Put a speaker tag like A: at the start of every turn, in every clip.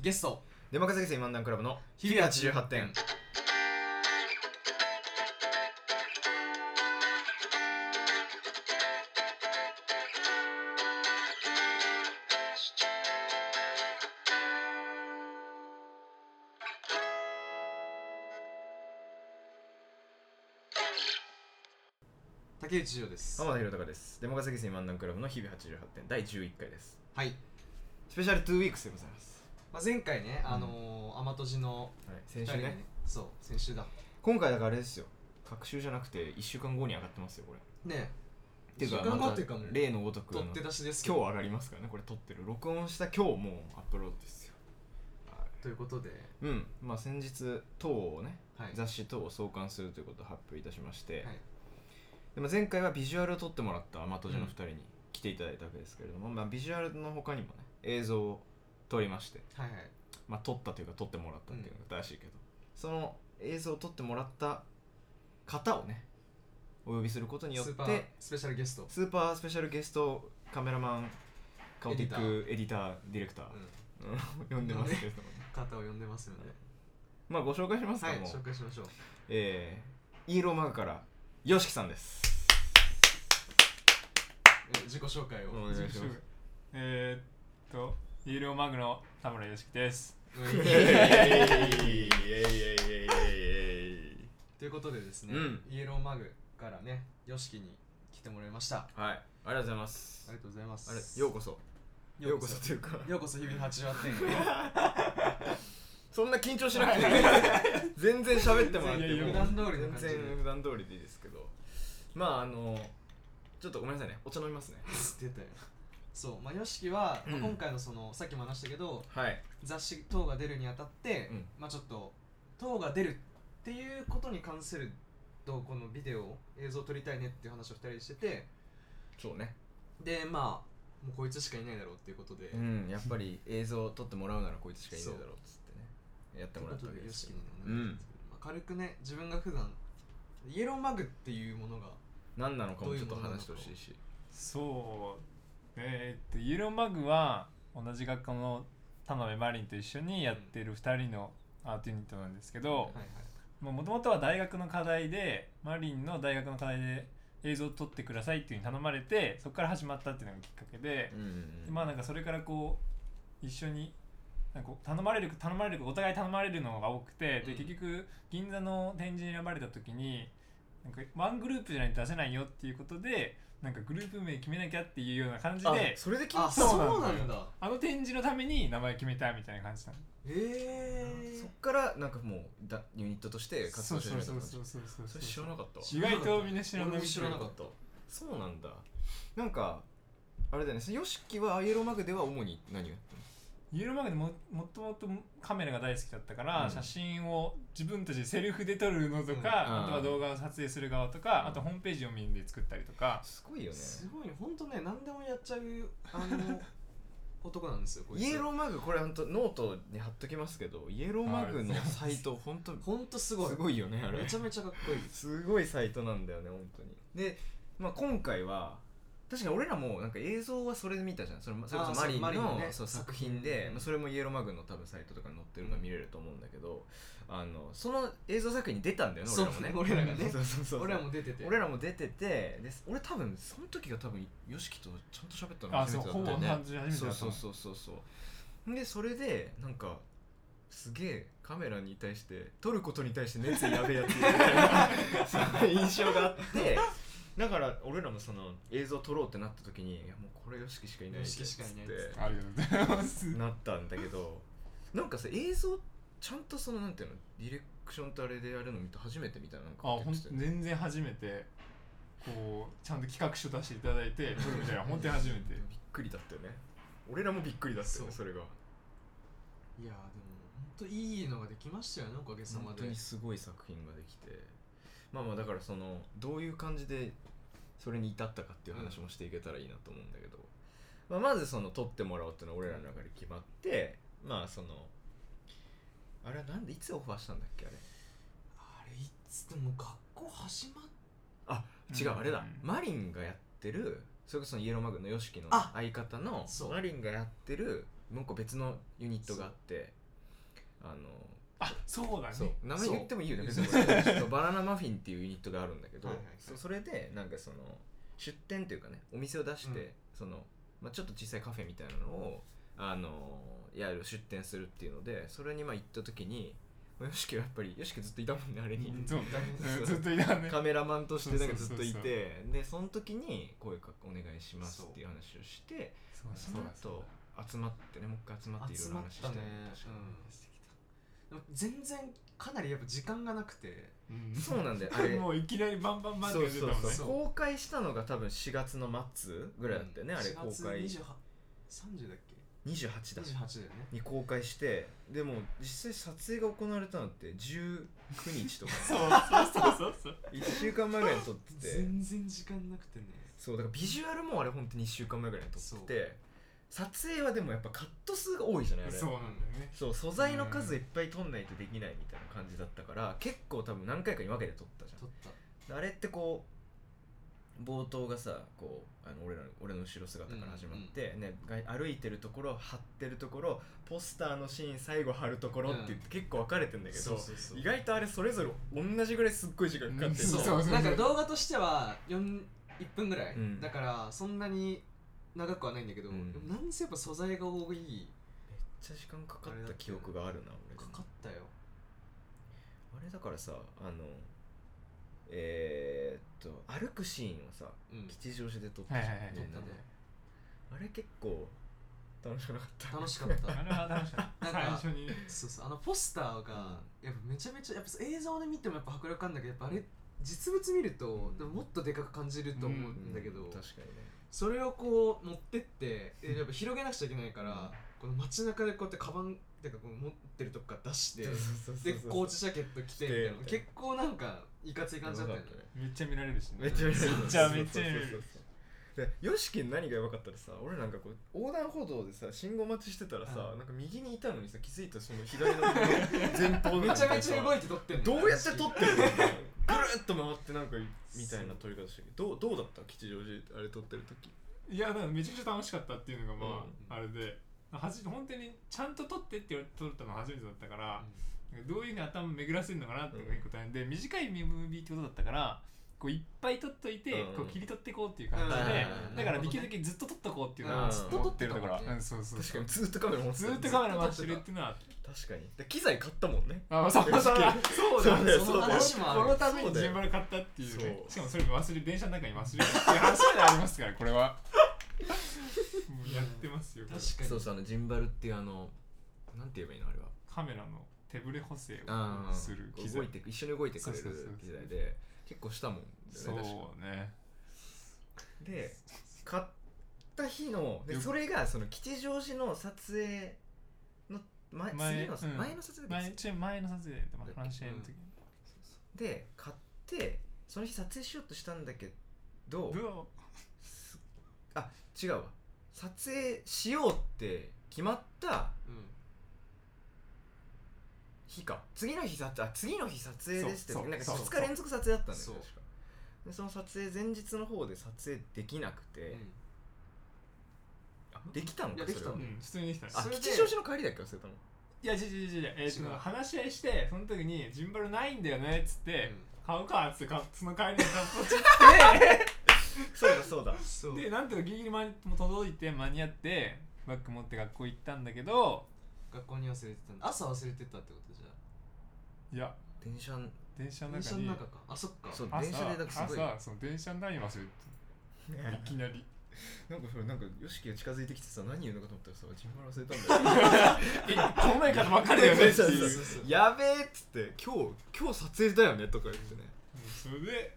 A: ゲスト
B: 出まかせゲス漫談クラブの
A: 日々
B: 88点
A: 竹内城です
B: 浜田宏隆です出まかせゲス漫談クラブの日々88点第11回です
A: はい、
B: スペシャル2ウィークスでございます、
A: まあ、前回ねあのーアマトジの
B: はい、
A: 二
B: 先
A: 人
B: 週
A: で
B: ね
A: そう先週だ
B: 今回だからあれですよ隔週じゃなくて1週間後に上がってますよこれ
A: ね
B: ていうか
A: 時間
B: ま
A: 後
B: た
A: っていうかもう
B: 例のごとく
A: 取って出しですけ
B: 今
A: ど
B: 日上がりますからねこれ撮ってる録音した今日もうアップロードですよはい
A: ということで
B: うんまあ先日等をね
A: はい
B: 雑誌等を創刊するということを発表いたしまして、
A: はい
B: でまあ前回はビジュアルを撮ってもらったアマトジの2人に来ていただいたわけですけれども、まあ、ビジュアルの他にもね映像を撮りまして、
A: はいはい
B: まあ、撮ったというか撮ってもらったっていうのが正しいけど、その映像を撮ってもらった方をねお呼びすることによっ
A: ス
B: て
A: ーパースペシャルゲスト、
B: スーパースペシャルゲストカメラマンカオティックエディターディレクター
A: うん、
B: うん 呼んでますけれどもね、
A: 方を呼んでますよね
B: まあご紹介しますか、
A: はい
B: もう
A: 紹介しましょう
B: えー、イエローマグからヨシキさんです
A: え自己紹介を
B: お 願いします
C: えー、っと、有料マグの田村良樹で
A: う
C: す。
A: ん
B: イエーイイエーイイエーイイエーイ
A: ということでですね、
B: うん
A: イエローマグからね YOSHIKI に来てもらいましたあ
B: はいありがとうございます
A: りがとうございます
B: あれようこそようこそというか
A: ようこそ日々88点
B: そんな緊張しなくていい全然喋ってもらって
C: いやいや
B: も
C: 普
A: 段通りの感じで
B: 全然普段通りでいいですけどまああのちょっとごめんなさいねお茶飲みますね
A: 出たよそうまあ YOSHIKI は、まあ
B: うん
A: 今回のそのさっきも話したけど
B: はい
A: 雑誌等が出るにあたって、
B: うん
A: まあちょっと等が出るっていうことに関するとこのビデオ映像を撮りたいねっていう話を2人でしてて
B: そうね
A: でまあもうこいつしかいないだろうっていうことで、
B: う
A: とい
B: んやっぱり映像を撮ってもらうならこいつしかいないだろうっつってねやって
A: う
B: も
A: こ
B: らった
A: と
B: わ
A: で
B: けです
A: YOSHIKI
B: よ
A: にお願いしたんですけど、まあ、軽くね自分が普段イエローマグっていうものが
B: 何なのかもちょっと話してほしいし
C: そう、えー、っと、有料マグは同じ学科の田辺マリンと一緒にやってる2人のアートユニットなんですけど
A: はい、はい
C: もともとは大学の課題で、マリンの大学の課題で映像を撮ってくださいっていうふうに頼まれて、そこから始まったっていうのがきっかけで
B: う、ん
C: まあなんかそれからこう一緒になんかこう頼まれる頼まれるお互い頼まれるのが多くて、
A: うん
C: で結局銀座の展示に選ばれた時になんかワングループじゃないと出せないよっていうことでなんかグループ名決めなきゃっていうような感じ
B: あ
C: で
B: それで決ま
A: あ
B: っ
A: そう
C: そう
A: な
C: なんだ
A: んだ
C: あの展示のために名前決めたみたいな感じなの
A: え
B: そっからなんかもうだユニットとして活
C: そ
B: 動
C: う
B: し
C: そ
B: 始
C: う
B: めた
C: そ
B: の
C: う
B: か
C: そうそうそう
B: それ知らなかったわ
C: 意外とみんな知ら
A: 俺
C: な
A: も
C: い
A: 知らなかった
B: そうなんだなんかあれだよねヨシキはイエローマグでは主に何をやってる
C: ユーロマグでももともとカメラが大好きだったから、
B: うん
C: 写真を自分たちでセルフで撮るのとか、あとは動画を撮影する側とか、
B: うん
C: あとホームページをメインで作ったりとか、
B: すごいよね
A: すごいね、本当ね、何でもやっちゃうあの男なんで すよ。こいつ
B: イエローマグこれほんとノートに貼っときますけどイエローマグのサイトほんと
A: 本当すごい。
B: すごいよねあれ
A: めちゃめちゃかっこいい。
B: すごいサイトなんだよね本当にで、まあ、今回は確かに俺らもなんか映像はそれで見たじゃんそれそれこ
A: あー
B: そマリン
A: そうマ
B: の
A: リンのね
B: そう作品で、
A: うん
B: まあ、それもイエローマグの多分サイトとかに載ってるのが見れると思うんだけど、あのその映像作品に出たんだよね
A: そう
B: 俺らもね
A: 俺らがね
B: そうそうそうそう
A: 俺らも出てて。
B: 俺らも出ててで俺多分その時が多分 YOSHIKI とちゃんと喋ったの
C: あ
B: 初
C: そ
B: め
C: う
B: てだ
C: ほ
B: っ
C: ぼ
B: たよね
C: 感じ始めて
B: そ
C: だ
B: う
C: った
B: そうそうそうそうでそれでなんかすげえカメラに対して撮ることに対して熱意やべえやつみたいなそう いう印象があってだから俺らもその映像撮ろうってなった時にいやもうこれ YOSHIKI しかいないぜ
A: YOSHIKI しかいない
B: つって
C: ありがとうござい ます
B: なったんだけどなんかさ映像ちゃんとそのなんていうのディレクションとあれでやるの見て初めてみたいななんか
C: あほん
B: 言ってたよね
C: 全然初めてこうちゃんと企画書出していただい て撮るみたいな本当に初め
B: び
C: て
B: っくりだったよね俺らもびっくりだったよね
A: そ
B: それが
A: いやーでも本当いいのができましたよね、おかげさま
B: 本
A: で
B: 当。にすごい作品ができてまあまあだからそのどういう感じでそれに至ったかっていう話もしていけたらいいなと思うんだけど、まあ、まずその撮ってもらおうっていうのは俺らの中で決まってまあそのあれはなんでいつオファーしたんだっけあれ
A: あれいつでも学校始まっ
B: あ違う、
C: うん
B: あれだマリンがやってるそれこそイエローマグの YOSHIKI の
A: あ
B: 相方の
A: そう
B: マリンがやってるもう一個別のユニットがあってあの
C: あそうだね
B: そう名前言ってもいいよね
A: そ
B: 別
A: う
B: に俺ちょっとバナナマフィンっていうユニットがあるんだけど
A: はいはいはい
B: そうそれでなんかその出店というかねお店を出して、
A: うん
B: そのまあ、ちょっと小さいカフェみたいなのをあのやる出店するっていうのでそれにまあ行った時にまあよしきはやっぱりよしきずっといたもんねあれに、
C: そう
B: そう
C: ずっといたね
B: カメラマンとしてなんかずっとい
C: そうそう
B: てでその時に声かけお願いしますっていう話をして
C: そうだ
B: そ
C: そう
B: の
C: だそう
B: 後集まってねもう一回集まっていろい
A: 集
B: ろ
A: まっ
B: 話して
A: たね
B: 確かに
A: うんでも全然かなりやっぱ時間がなくて
C: だ
B: そうなんだよあ
C: う
B: れ
C: んもういきなりバンバンバンっ
B: そ
C: て
B: う
C: 出て
B: そ
C: た
B: う
C: もんね
B: そう公開したのが多分4月の末ぐらいだったよね、あれ
A: 4
B: 公
A: 月
B: 開
A: 28 30だっけ
B: 28だ
A: 28だよね
B: に公開してでも実際撮影が行われたのって19日とか
C: そうそうそうそう
B: 1週間前ぐらいに撮ってて
A: 全然時間なくてね
B: そうだからビジュアルもあれ本当に1週間前ぐらいに撮ってて撮影はでもやっぱカット数が多いじゃないあれ
C: そうなんだよね
B: そう素材の数いっぱい撮んないとできないみたいな感じだったから結構多分何回かに分けて撮ったじゃん
A: 撮った
B: であれってこう冒頭がさこうあの俺らの俺の後ろ姿から始まって、ね、が歩いてるところ貼ってるところポスターのシーン最後貼るところって言って結構分かれてんだけど、
A: うそ
B: 意外とあれそれぞれ同じぐらいすっごい時間かかってる
A: そう
C: そうそうそう
A: なんか動画としては41分ぐらい、
B: うん
A: だからそんなに長くはないんだけど、
B: うん
A: でもなんせやっぱ素材が多い
B: めっちゃ時間かかった記憶があるな俺で
A: か
B: も
A: かったよ
B: あれだからさあのえー、っと歩くシーンをさ
A: うん
B: 吉祥寺で撮った
C: はい
B: じ
C: は
B: ゃ
C: い
B: ん、
C: はい
A: 撮っ
B: みんな
A: た
B: で
A: ね
B: あれ結構楽しくなかった
A: 楽しかった
C: あれは楽しかった
A: なんか
C: 最初に
A: そうそうあのポスターがやっぱめちゃめちゃやっぱ映像で見てもやっぱ迫力あるんだけどやっぱあれ実物見ると、
B: うん
A: でももっとでかく感じると思う
B: うん
A: んだけど、
B: 確かにね
A: それをこう持ってってでやっぱ広げなくちゃいけないから、この街中でこうやってカバンっていうかこう持ってるとこから出してでコーチジャケット着てみたいな
B: 着てみたいな
A: 結構なんかいかつい感じだったよね
C: めっちゃ見られるしね
B: めっちゃ見られる
C: めっちゃめっちゃ見られる
B: でヨシキン何がやばかったらさ俺なんかこう横断歩道でさ信号待ちしてたらさ、
A: うん
B: なんか右にいたのにさ気づいたその左の前方の
A: めちゃめちゃ動い
B: て
A: て撮ってんの
B: どうやって撮
A: っ
B: ってるのぐるっと回ってなんかみたいな撮り方してるけどどうどうだった吉祥寺あれ撮ってる時
C: いやだからめちゃくちゃ楽しかったっていうのがまあ、
B: う
C: あれではじ本当にちゃんと撮ってって言われて撮ったの初めてだったから、なんかどういうふうに頭巡らせるのかなっていうのが結構大変で、短い MV ってことだったからこういっぱい撮っといて、
B: うん
C: こう切り取っていこうっていう感じ
B: うん
C: で、
B: うん
C: だからできるだけずっと撮っとこうっていうの
B: う
C: は
B: ん
C: ずっと撮ってるだから、
A: ずっと撮ってたもんね
C: う
B: 確
C: んそうそうそ
B: か
C: う
B: にずっとカメラ持って
C: ず
B: た
C: っとカメラ回してるっていうのは
B: 確かにで機材買ったもんね
C: あそうそうそうそうだ
B: そうだよ
A: その話もある
C: このためにジンバル買ったっていうね
B: そう
C: しかもそれ忘れ電車の中に忘れ るっていう話でありますからこれはもうやってますよこれ
A: 確かに
B: そうそうあのジンバルっていうあのなんて言えばいいのあれは
C: カメラの手ぶれ補正
B: あ
C: を
B: あ
C: する機
B: 動
C: 材
B: いて一緒に動いてくれる
C: そうそうそう
B: 機材で結構したもん
C: そう
B: 確か
C: ね
B: で買った日ので
C: よ
B: それがその吉祥寺の撮影の前
C: 前
B: 次の、
C: うん
B: 前の撮影だっ
C: 前
B: け
C: ちょい前の撮影でまあ話し合いの時
B: で買ってその日撮影しようとしたんだけど
C: ブオ
B: あ違うわ撮影しようって決まった日か次の日撮影あ次の日撮影ですって
C: そうそう
B: なんか
C: そう
B: 2日連続撮影だったんだよ
A: そう
B: ね確かでその撮影前日の方で撮影できなくて、
A: う
B: あできたのか
A: いや
B: そ
A: で
B: れ
A: きた
B: は
A: の
C: うん普通にできたね
B: あ
A: それで
B: 吉祥寺の帰りだっけ忘れたの
C: いや違う違う違う違うえー
A: 違
C: と
A: う
C: 話し合いしてその時にジンバルないんだよねっつって
A: ん
C: 買うかっつって買っその帰りに買っとっ
B: そうだそうだ
A: そう
C: てでなんとかギリギリ間にもう届いて間に合ってバッグ持って学校行ったんだけど
A: 学校に忘れてたんだ朝忘れてたってことじゃ
C: いや
B: 電車の
C: 電車
A: あ
C: の
A: 電
C: 中
A: 車の
C: に
A: 中かあそっか
B: そう
C: 朝
B: 電車でなんかすごい
C: 朝その電車の中に忘れてたいきなり
B: なんかそれなんか YOSHIKI が近づいてきてさ何言うのかと思ったらさジンバル忘れたんだよ
C: えこの前から分かるよねって
B: そうそう
C: い
B: そうう
A: そうそう
B: やべえっつって今日今日撮影だよねとか言ってね
C: それで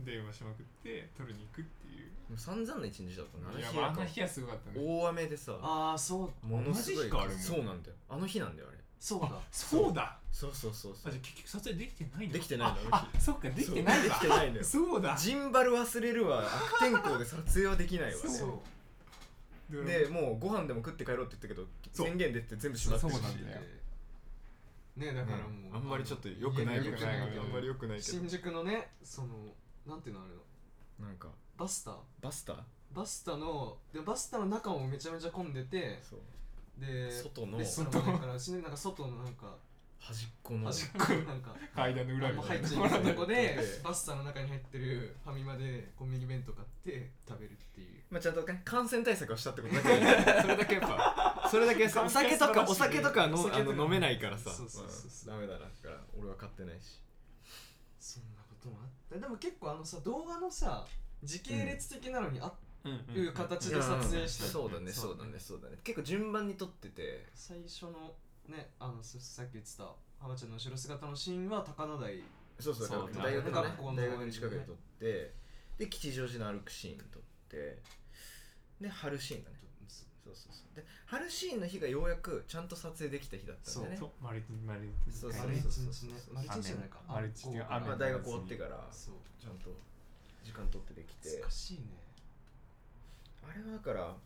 C: 電話しまくって取りに行くっていう
B: もう散々な一日だった
C: い
B: ね
C: や
B: あ
C: まああ
B: の
C: の
B: 日
C: 日はすごかったね
B: 大雨でさ
A: ああそう
B: ものすご
C: 同じ
B: い
C: 日かあれも
B: そうなんだよあの日なんだよあれ
A: そうだ
C: そうだ
B: そうそうそうそ
C: あ
B: う
C: じゃあ結局撮影できてないの
B: できてないのあ
C: あ
B: の
C: あそっかできてない
B: そう
C: わ
B: できてないのよ
C: そうだ
B: ジンバル忘れるわ悪天候で撮影はできないわ
C: そう
B: でもうご飯でも食って帰ろうって言ったけど
C: そう
B: 宣言出て全部しまってるし
C: そうなんだよ
A: ねだ
B: だ
A: か
B: からら
A: も
B: も
A: う
B: うあんまりちょっと良くない
C: いや
B: け
C: 良
B: ど
C: くない
B: あんまり良くないけど
A: 新宿のねそのなんていうのあれの
B: なんか
A: バスター
B: バスター
A: バスタのでバスタの中もめちゃめちゃ混んでて
B: そう
A: で
B: 外の
A: レスト
B: 端
A: ランもだからうちのなんか外のなんか
B: っこの
A: 端っこのなんか
C: 階段の裏
A: あん
C: み
A: ま
C: た
A: 入
C: い
A: っ
C: な
A: ち
C: と
A: ゃいけ
C: ころ
A: ない
C: で
A: とこでパスタの中に入ってるファミマでコンビニ弁当買って食べるっていう
B: まあちゃんとね感染対策をしたってことだけど それだけやっぱそれだけ さお
C: 感染
B: 酒とか
C: 素晴らしい
B: お酒とかの
A: お酒
B: あ
A: とか
B: の飲めないからさ
A: そうそうそうそ
B: うんダメだなだから俺は買ってないし
A: そんなこともあったでも結構あのさ動画のさ時系列的なのにあっ
C: うん
A: いう形で撮影したり
B: そうだねそうだねそうだね結構順番に撮ってて
A: 最初のねあのささっき言ってた浜ちゃんの後ろ姿のシーンは高野台
B: そうそうだから
C: そう
B: 大学のね
A: 学校の
B: 大学の近くで撮ってで吉祥寺の歩くシーン撮ってで春シーンだねそうそうそうで春シーンの日がようやくちゃんと撮影できた日だったんだよね
C: そう丸一日丸
B: そう
C: 一
B: そう
A: 丸
C: 日
A: 一日ね
B: そう
A: 丸一日じゃないかあ
C: 丸一日
A: こう
C: あ
B: まあ、大学終わってから
A: そう
B: ちゃんと時間取ってできて
A: 難しいね
B: あれはだから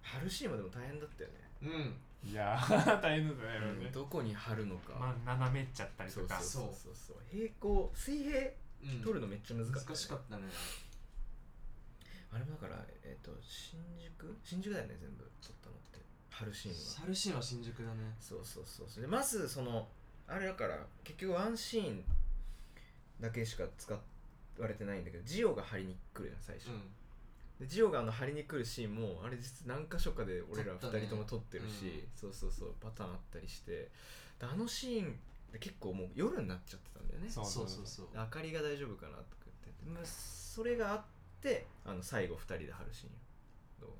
B: 春シーンまでも大変だったよね、
A: うん
C: いやー 大変だったねあれはね
B: どこに貼るのか、
C: まあ斜めっちゃったり
B: そ
C: と
B: うそう
C: か
B: そうそうそう平行水平
A: うん
B: 取るのめっちゃ難しかった、
A: 難しかったね
B: あれもだからえっ、と新宿新宿だよね全部撮ったのって春シーンは
A: サルシーンは新宿だね
B: そうそうそうそうでまずそのあれだから結局ワンシーンだけしか使われてないんだけどジオが張りに来るじゃん最初、
A: う
B: でジオがあの張りに来るシーンもあれ実は何箇所かで俺ら
A: 撮った
B: 2
A: ね
B: 人とも撮ってるし、
A: うん
B: そうそうそうパターンあったりしてであのシーンって結構もう夜になっちゃってたんだよね
A: んそうそうそう
B: 明かりが大丈夫かなとか言ってまあそれがあってあの最後2人で張るシーンよ動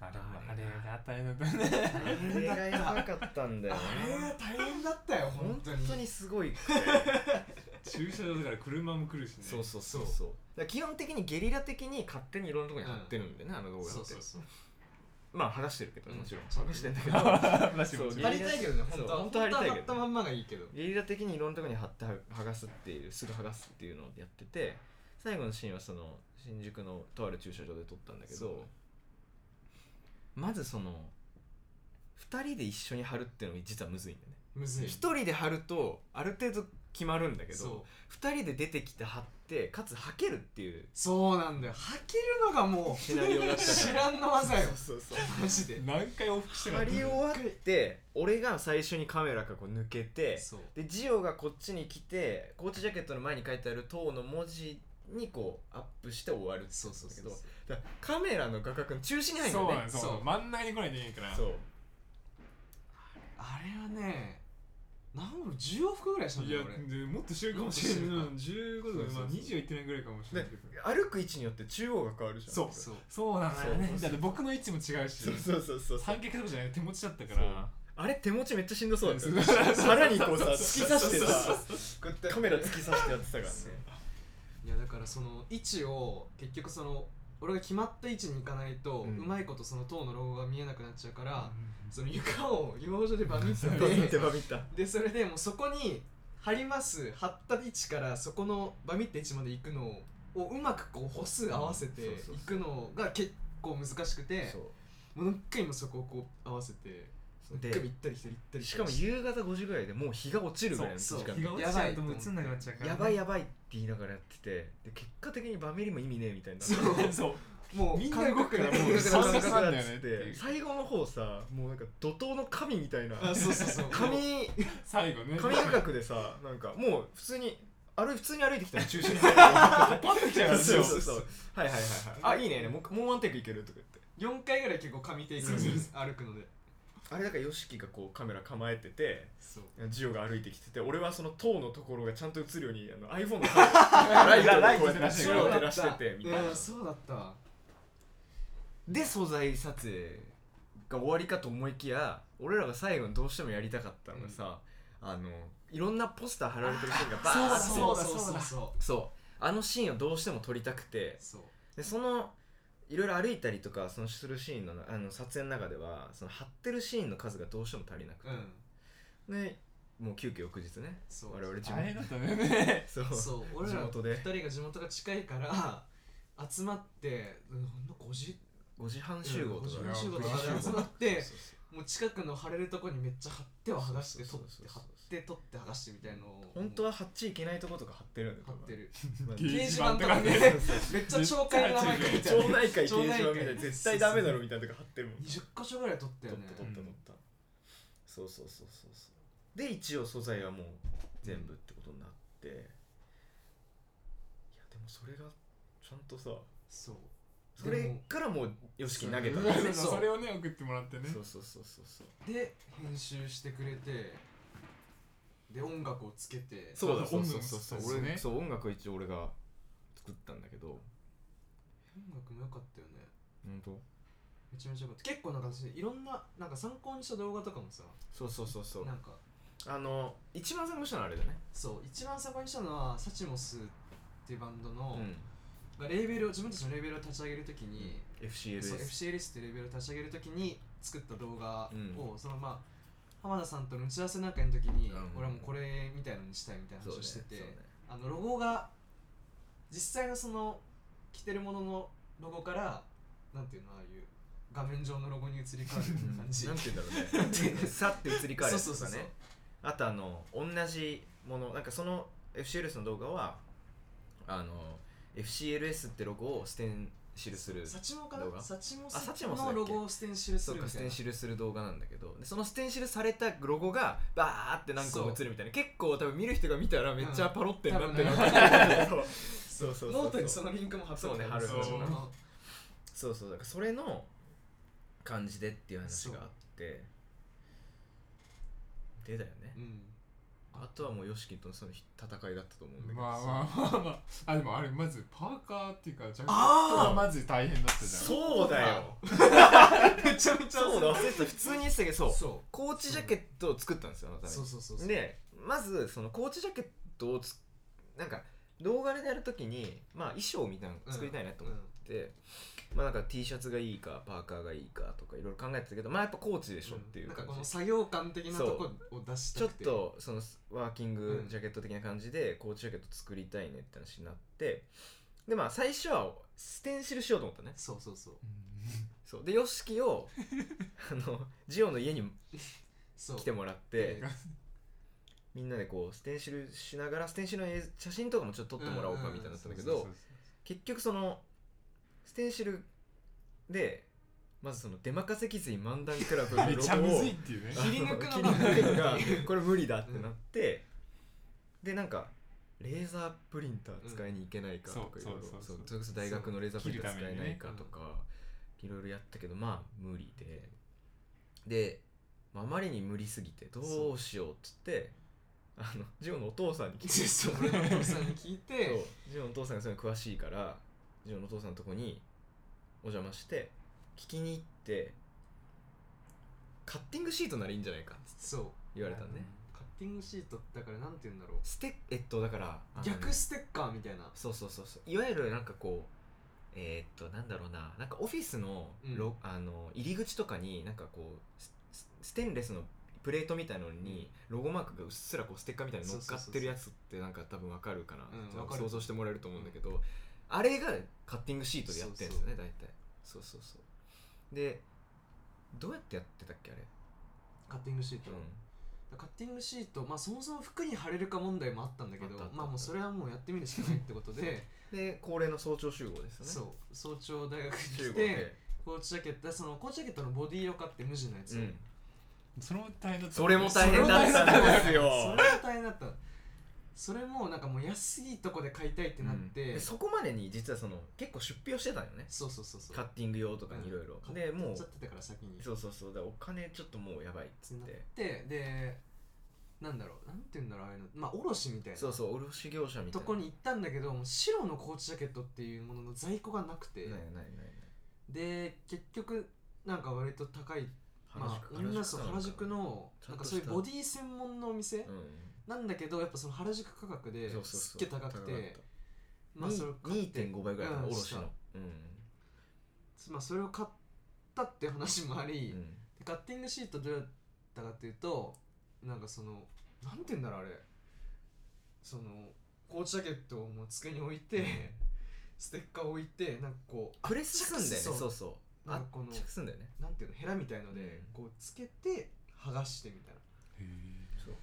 C: あれはあれが大変だった ね
B: 画のあれがやばかったんだよね
A: あれは大変だったよ
B: 本
A: 本当に
B: 当にすごい
C: 駐車場だから車も来るしね
B: そうそうそうそうだから基本的にゲリラ的に勝手にいろんなところに貼ってるんでね、あの動画って
A: そうそうそう
B: まあ剥がしてるけど
A: うん
B: もちろん、
A: そう
B: 剥がしてんだけど
C: 話も
B: そう
A: 貼りたいけどね
B: そ
A: 本当は
B: う本
A: 本
B: 当
A: 当
B: は
A: は
B: 貼りたいけど
A: 貼ったまんまがいいけど
B: ゲリラ的にいろんなところに貼っては剥がすっていうすぐ剥がすっていうのをやってて最後のシーンはその新宿のとある駐車場で撮ったんだけ
A: そう
B: どまずその2人で一緒に貼るっていうのが実はむずいんだよね
A: むずい
B: 1人で貼るとある程度決まるんだけ
A: そう
B: ど2人で出てきて貼ってかつはけるっていう
A: そうなんだよ履けるのがもう
B: シナリオだったから
A: 知らんの技よ
B: そうそう
A: マジで
C: 何回往復して
B: 貼り終わって俺が最初にカメラがこう抜けて
A: そう
B: でジオがこっちに来てコーチジャケットの前に書いてある「塔」の文字にこうアップして終わるって
A: そうそうそうそう
B: だからカメラの画角の中心に入る
C: そう
B: よ
C: なん
B: ね
C: ですそう
A: そう
C: 真ん中に来ないといけないから
B: そう
A: あれはね何も10往復ぐらいしたん
C: い
A: だ
C: や
A: よ俺
C: でもっとしてるかもしれない
A: もっと
C: 15と
B: そう
C: か、
B: そう
C: ま
B: そう
C: あ、20はいってないぐらいかもしれないけど
B: 歩く位置によって中央が変わるじゃん
C: そう
A: そう
C: そうなんだよね
B: そう
C: だって僕の位置も違うし
B: そうそうそうそう
C: 三脚とかじゃなくて手持ちだったか
B: そう
C: ら
B: あれ手持ちめっちゃしんどそうだったよね
C: そう
B: さらにこうさ突き刺して
C: そうそう
B: さこうやってカメラ突き刺してやってたからね
A: そういやだからその位置を結局その俺が決まった位置に行かないと、
B: う
A: うんまいことその塔のロゴが見えなくなっちゃうから、
C: う
A: その床を養生でバミって
B: バミって
A: て
B: バミった
A: でそれでもうそこに貼ります貼った位置からそこのバミった位置まで行くのをうまくこう歩数合わせて
B: う
A: 行
B: んそうそうそ
A: く
B: う
A: のが結構難しくて
B: そ
A: もう何回もそこをこう合わせて
B: う
A: 何回も行ったり来たり行った
B: で
A: り来
B: したかも
A: りして
B: 夕方5時ぐらいでもう日が落ちるぐらいの時
A: そう
B: 間
A: そう
C: 日が落ちちゃうともう映んなくなっちゃうから
B: やばいやばいって言いながらやっててで結果的にバミリも意味ねえみたいになって
A: そうばい
C: そう
A: もう
C: みんな動くから
A: 感覚
C: もう
A: が
C: そ
B: 感
C: う
B: 覚が
C: な
B: あっ
C: んだよ
B: つ
C: ね
B: っ
C: ってい
B: て
C: う
B: 最後の方さもうなんか怒涛の神みたいな
A: あそうそうそう
B: 神
C: 最後ね
B: 神画角でさなんかもう普通に歩い普通に歩いてきたの中心に
C: パッと来ちゃうから
B: そうそう
C: う
B: そうはいはいはいはいあいいねいいねもうもうワンテイクいけるとか言って
A: 4回ぐらい結構紙テイクに歩くので
B: あれだから YOSHIKI がこうカメラ構えてて
A: そう
B: ジオが歩いてきてて俺はその塔のところがちゃんと映るようにあの iPhone のライトでこうやって
C: ライト
B: 後
C: で照
B: ろ
C: 明
B: を
C: を
B: 照らしててみたいな
A: うんそうだったわ
B: で素材撮影が終わりかと思いきや俺らが最後にどうしてもやりたかったのがさ、あのいろんなポスター貼られてるシーンがバーッて
C: そうだ
A: そう
C: そうだ
A: そう
B: そうあのシーンをどうしても撮りたくて
A: そう
B: でそのいろいろ歩いたりとかそのするシーンのあの撮影の中ではその貼ってるシーンの数がどうしても足りなくて
A: う、ん
B: でもう急遽翌日ね
A: そう
B: 我々地
C: 大
B: 元
C: 変だったんだよね
B: そう
A: そう俺
B: 地
A: ら
B: 元で
A: 2人が地元が近いから集まってうんほんの5時
B: 5時半集合とか
A: うん5時
B: ね
A: 半集合と
C: いや
A: かで集まっ
B: そう
A: て
B: そう
A: もう近くの貼れるとこにめっちゃ貼っては剥がして
B: そう
A: 取っ
B: そう
A: て
B: そ
A: 貼
B: うそう
A: って取って剥がしてみたいのを
B: 本当は貼っちゃいけないとことか貼ってるんだよ
A: 貼ってる
B: 多分
A: 掲
C: 掲
A: 示
C: 示
A: 板
C: 板
A: と
C: と
A: か
C: か
A: ね
C: ね
A: めっちゃ町会の名前書いて
B: 町
A: ある
B: 内会
A: 町
B: 掲示
A: 内会
B: 板みたいな絶対ダメだろみたいなとか貼ってるもん
A: 20箇所ぐらい取ったよね
B: 取った取った取った、そうそうそうそうそうで一応素材はもう全部ってことになって、いやでもそれがちゃんとさ
A: そう
B: それからもう YOSHIKI 投げた
A: う
B: の
A: わ
B: そ
C: そう
A: そう
C: それをね送ってもらってね
B: うそうそうそうそう
A: で編集してくれてで音楽をつけて
B: そうだ
C: あ
B: そう
C: 音
B: そう
C: 楽
B: そうそう
C: ですね
B: 俺そう音楽は一応俺が作ったんだけど
A: 音楽も良かったよね
B: 本当
A: めちゃめちゃ良かった結構なんか私いろんななんか参考にした動画とかもさ
B: そうそうそうそう
A: なんか
B: あの一番最後したのはあれだね
A: そう一番参考にしたのはサチモスっていうバンド
B: う
A: の、
B: ん
A: がレーベルを自分たちのレーベルを立ち上げるときに、
B: FCL
A: そう
B: です
A: FCLS っていうレーベルを立ち上げるときに作った動画を、そのまあ浜田さんとの打ち合わせなんかの時に、
B: うん
A: 俺はもうこれみたいのにしたいみたいな話をしてて、
B: そうね
A: あのロゴが実際のその着てるもののロゴからなんていうのああいう画面上のロゴに移り変わるような感じ
B: そうねなんて言う んだろうねさって移り変わるやつ
A: そう
B: と
A: そう
B: か
A: そう
B: ねあとあの同じものなんかその FCLS の動画はあの FCLS ってロゴをステンシルする
A: サチモか
B: 動画
A: なサチモ
B: あサチモスだっ
A: の
B: け
A: ロゴをステンシルす
B: そ
A: る
B: う
A: みたい
B: かス
A: な
B: テンシルする動画なんだけどでそのステンシルされたロゴがバーって何個も映るみたいな結構多分見る人が見たらめっちゃパロってんなってな
A: うん
B: る
A: 多分
B: そうそうそうそう
A: ノートにそのリンクも貼って
B: そうね貼る
C: 貼る
A: そう
B: そうそうだからそれの感じでっていう話があってでだよね
A: うん
B: あとはもう YOSHIKI とのその戦いだったと思うんだけど
C: まあまあまあまああでもあれまずパーカーっていうかジャケット
B: あー
C: がまず大変だったじゃん
B: そうだよ
A: めちゃめちゃ
B: そうだ忘れてた普通に言ってたけどそう
A: そ
B: コーチジャケットを作ったんですよあの
A: う
B: た
A: そうそうそう
B: めにでまずそのコーチジャケットをつなんか動画でやるときにまあ衣装みたいなの作りたいなと思って、まあなんか T シャツがいいかパーカーがいいかとかいろいろ考えてたけどまあやっぱコーチでしょっていう
A: なん
B: 感
A: か
B: じ、
A: この作業感的なとこを出し
B: ちょ
A: た
B: っ
A: くて
B: とそのワーキング
A: うん
B: ジャケット的な感じでコーチジャケット作りたいねって話になってでまあ最初はステンシルしようと思ったね
A: そうそうそう
B: そうで YOSHIKI をあのジオの家に
A: そう
B: 来てもらってみんなでこうステンシルしながらステンシルの映写真とかもちょっと撮ってもらおうかみたいになったんだけ
A: うんうん
B: ど結局そのステンシルでまずその出任せ気髄漫談クラブの
C: め
B: ロ
C: ちゃ
B: ゴ
C: む
B: を
C: ずいっていうね
A: あ切り抜くのが
B: 切り抜くのがこれ無理だってなって、でなんかレーザープリンター使いに行けないかとか
C: うん
B: いろいろ
C: そう
B: そ
C: そううそうそう
B: それこそ大学のレーザープリンター使えないか
A: そう
B: とかいろいろやったけどまあ無理ででまああまりに無理すぎてどうしようっつってあのジオのお父さんに聞いて
A: そう俺のお父さんに聞い
B: そう
A: て
B: ジオのお父さんがそういうの詳しいからジオのお父さんのとこにお邪魔して聞きに行ってカッティングシートならいいんじゃないかって
A: そう
B: 言われたのね、
A: カッティングシートだからなんて言うんだろう
B: ステッえっとだからあの
A: 逆ステッカーみたいな
B: そうそうそうそういわゆるなんかこうえーっとなんだろうななんかオフィスのロ、あの入り口とかになんかこうススステンレスのプレートみたいのにロゴマークがうっすらこうステッカーみたいに乗っかってるやつってなんか多分わかるかな
A: うん
B: ちょっと
A: わかる
B: 想像してもらえると思うんだけど、あれがカッティングシートでやってるんですよね大体そうそうそうでどうやってやってたっけあれ、
A: カッティングシート
B: う
A: カッティングシートまあそもそも服に貼れるか問題もあったんだけ
B: あ
A: ど
B: ったあった
A: まあもうそれはもうやってみるしかないってことで
B: ん、で恒例の早朝集合ですよね
A: そう早朝大学に
B: 集
A: 来て
B: 合で、
A: コーチジャケットそのコーチジャケットのボディを買って無地のやつ
B: う
A: を
B: ん、
C: それも大変だった
B: それも大変だったんですよ
A: それが大変だったそれもなんかもう安いとこで買いたいってなっ
B: うん
A: て、
B: でそこまでに実はその結構出費をしてたんよね
A: そうそうそうそう
B: カッティング用とかにいろい
A: うん
B: ろでも
A: 買っ
B: う
A: ちゃってたから先に
B: そうそうそうでお金ちょっともうやばいっつっ
A: なっててでなんだろうなんて言うんだろうああいうのまあ卸みたいな
B: そうそう卸業者み
A: と
B: たいな
A: こに行ったんだけどもう白のコーチジャケットっていうものの在庫がなくて、
B: ないないないない
A: で結局なんか割と高い、まあ、みんなそう原宿の
B: ちゃ
A: なんん
B: と
A: か
B: し
A: そ
B: た
A: ういうボディ専門のお店
B: うん
A: なんだけどやっぱその原宿価格で
B: そうそう
A: す
B: そう
A: っげえ高くてまあそれを
B: に
A: 買って
B: 2.5倍ぐらいだから
A: うん
B: 卸の
A: し
B: うん
A: まあそれを買ったって話もあり、
B: うん
A: でカッティングシートどうやったかっていうとなんかそのなんて言うんだろうあれそのコーチジャケットをもう机に置いて、ステッカーを置いてなんかこう
B: プレスすんだよね
A: そう
B: そうそう
A: なんかこの
B: 圧着すんだよね
A: なんていうのヘラみたいので
B: うん
A: こうつけて剥がしてみたいな
B: そう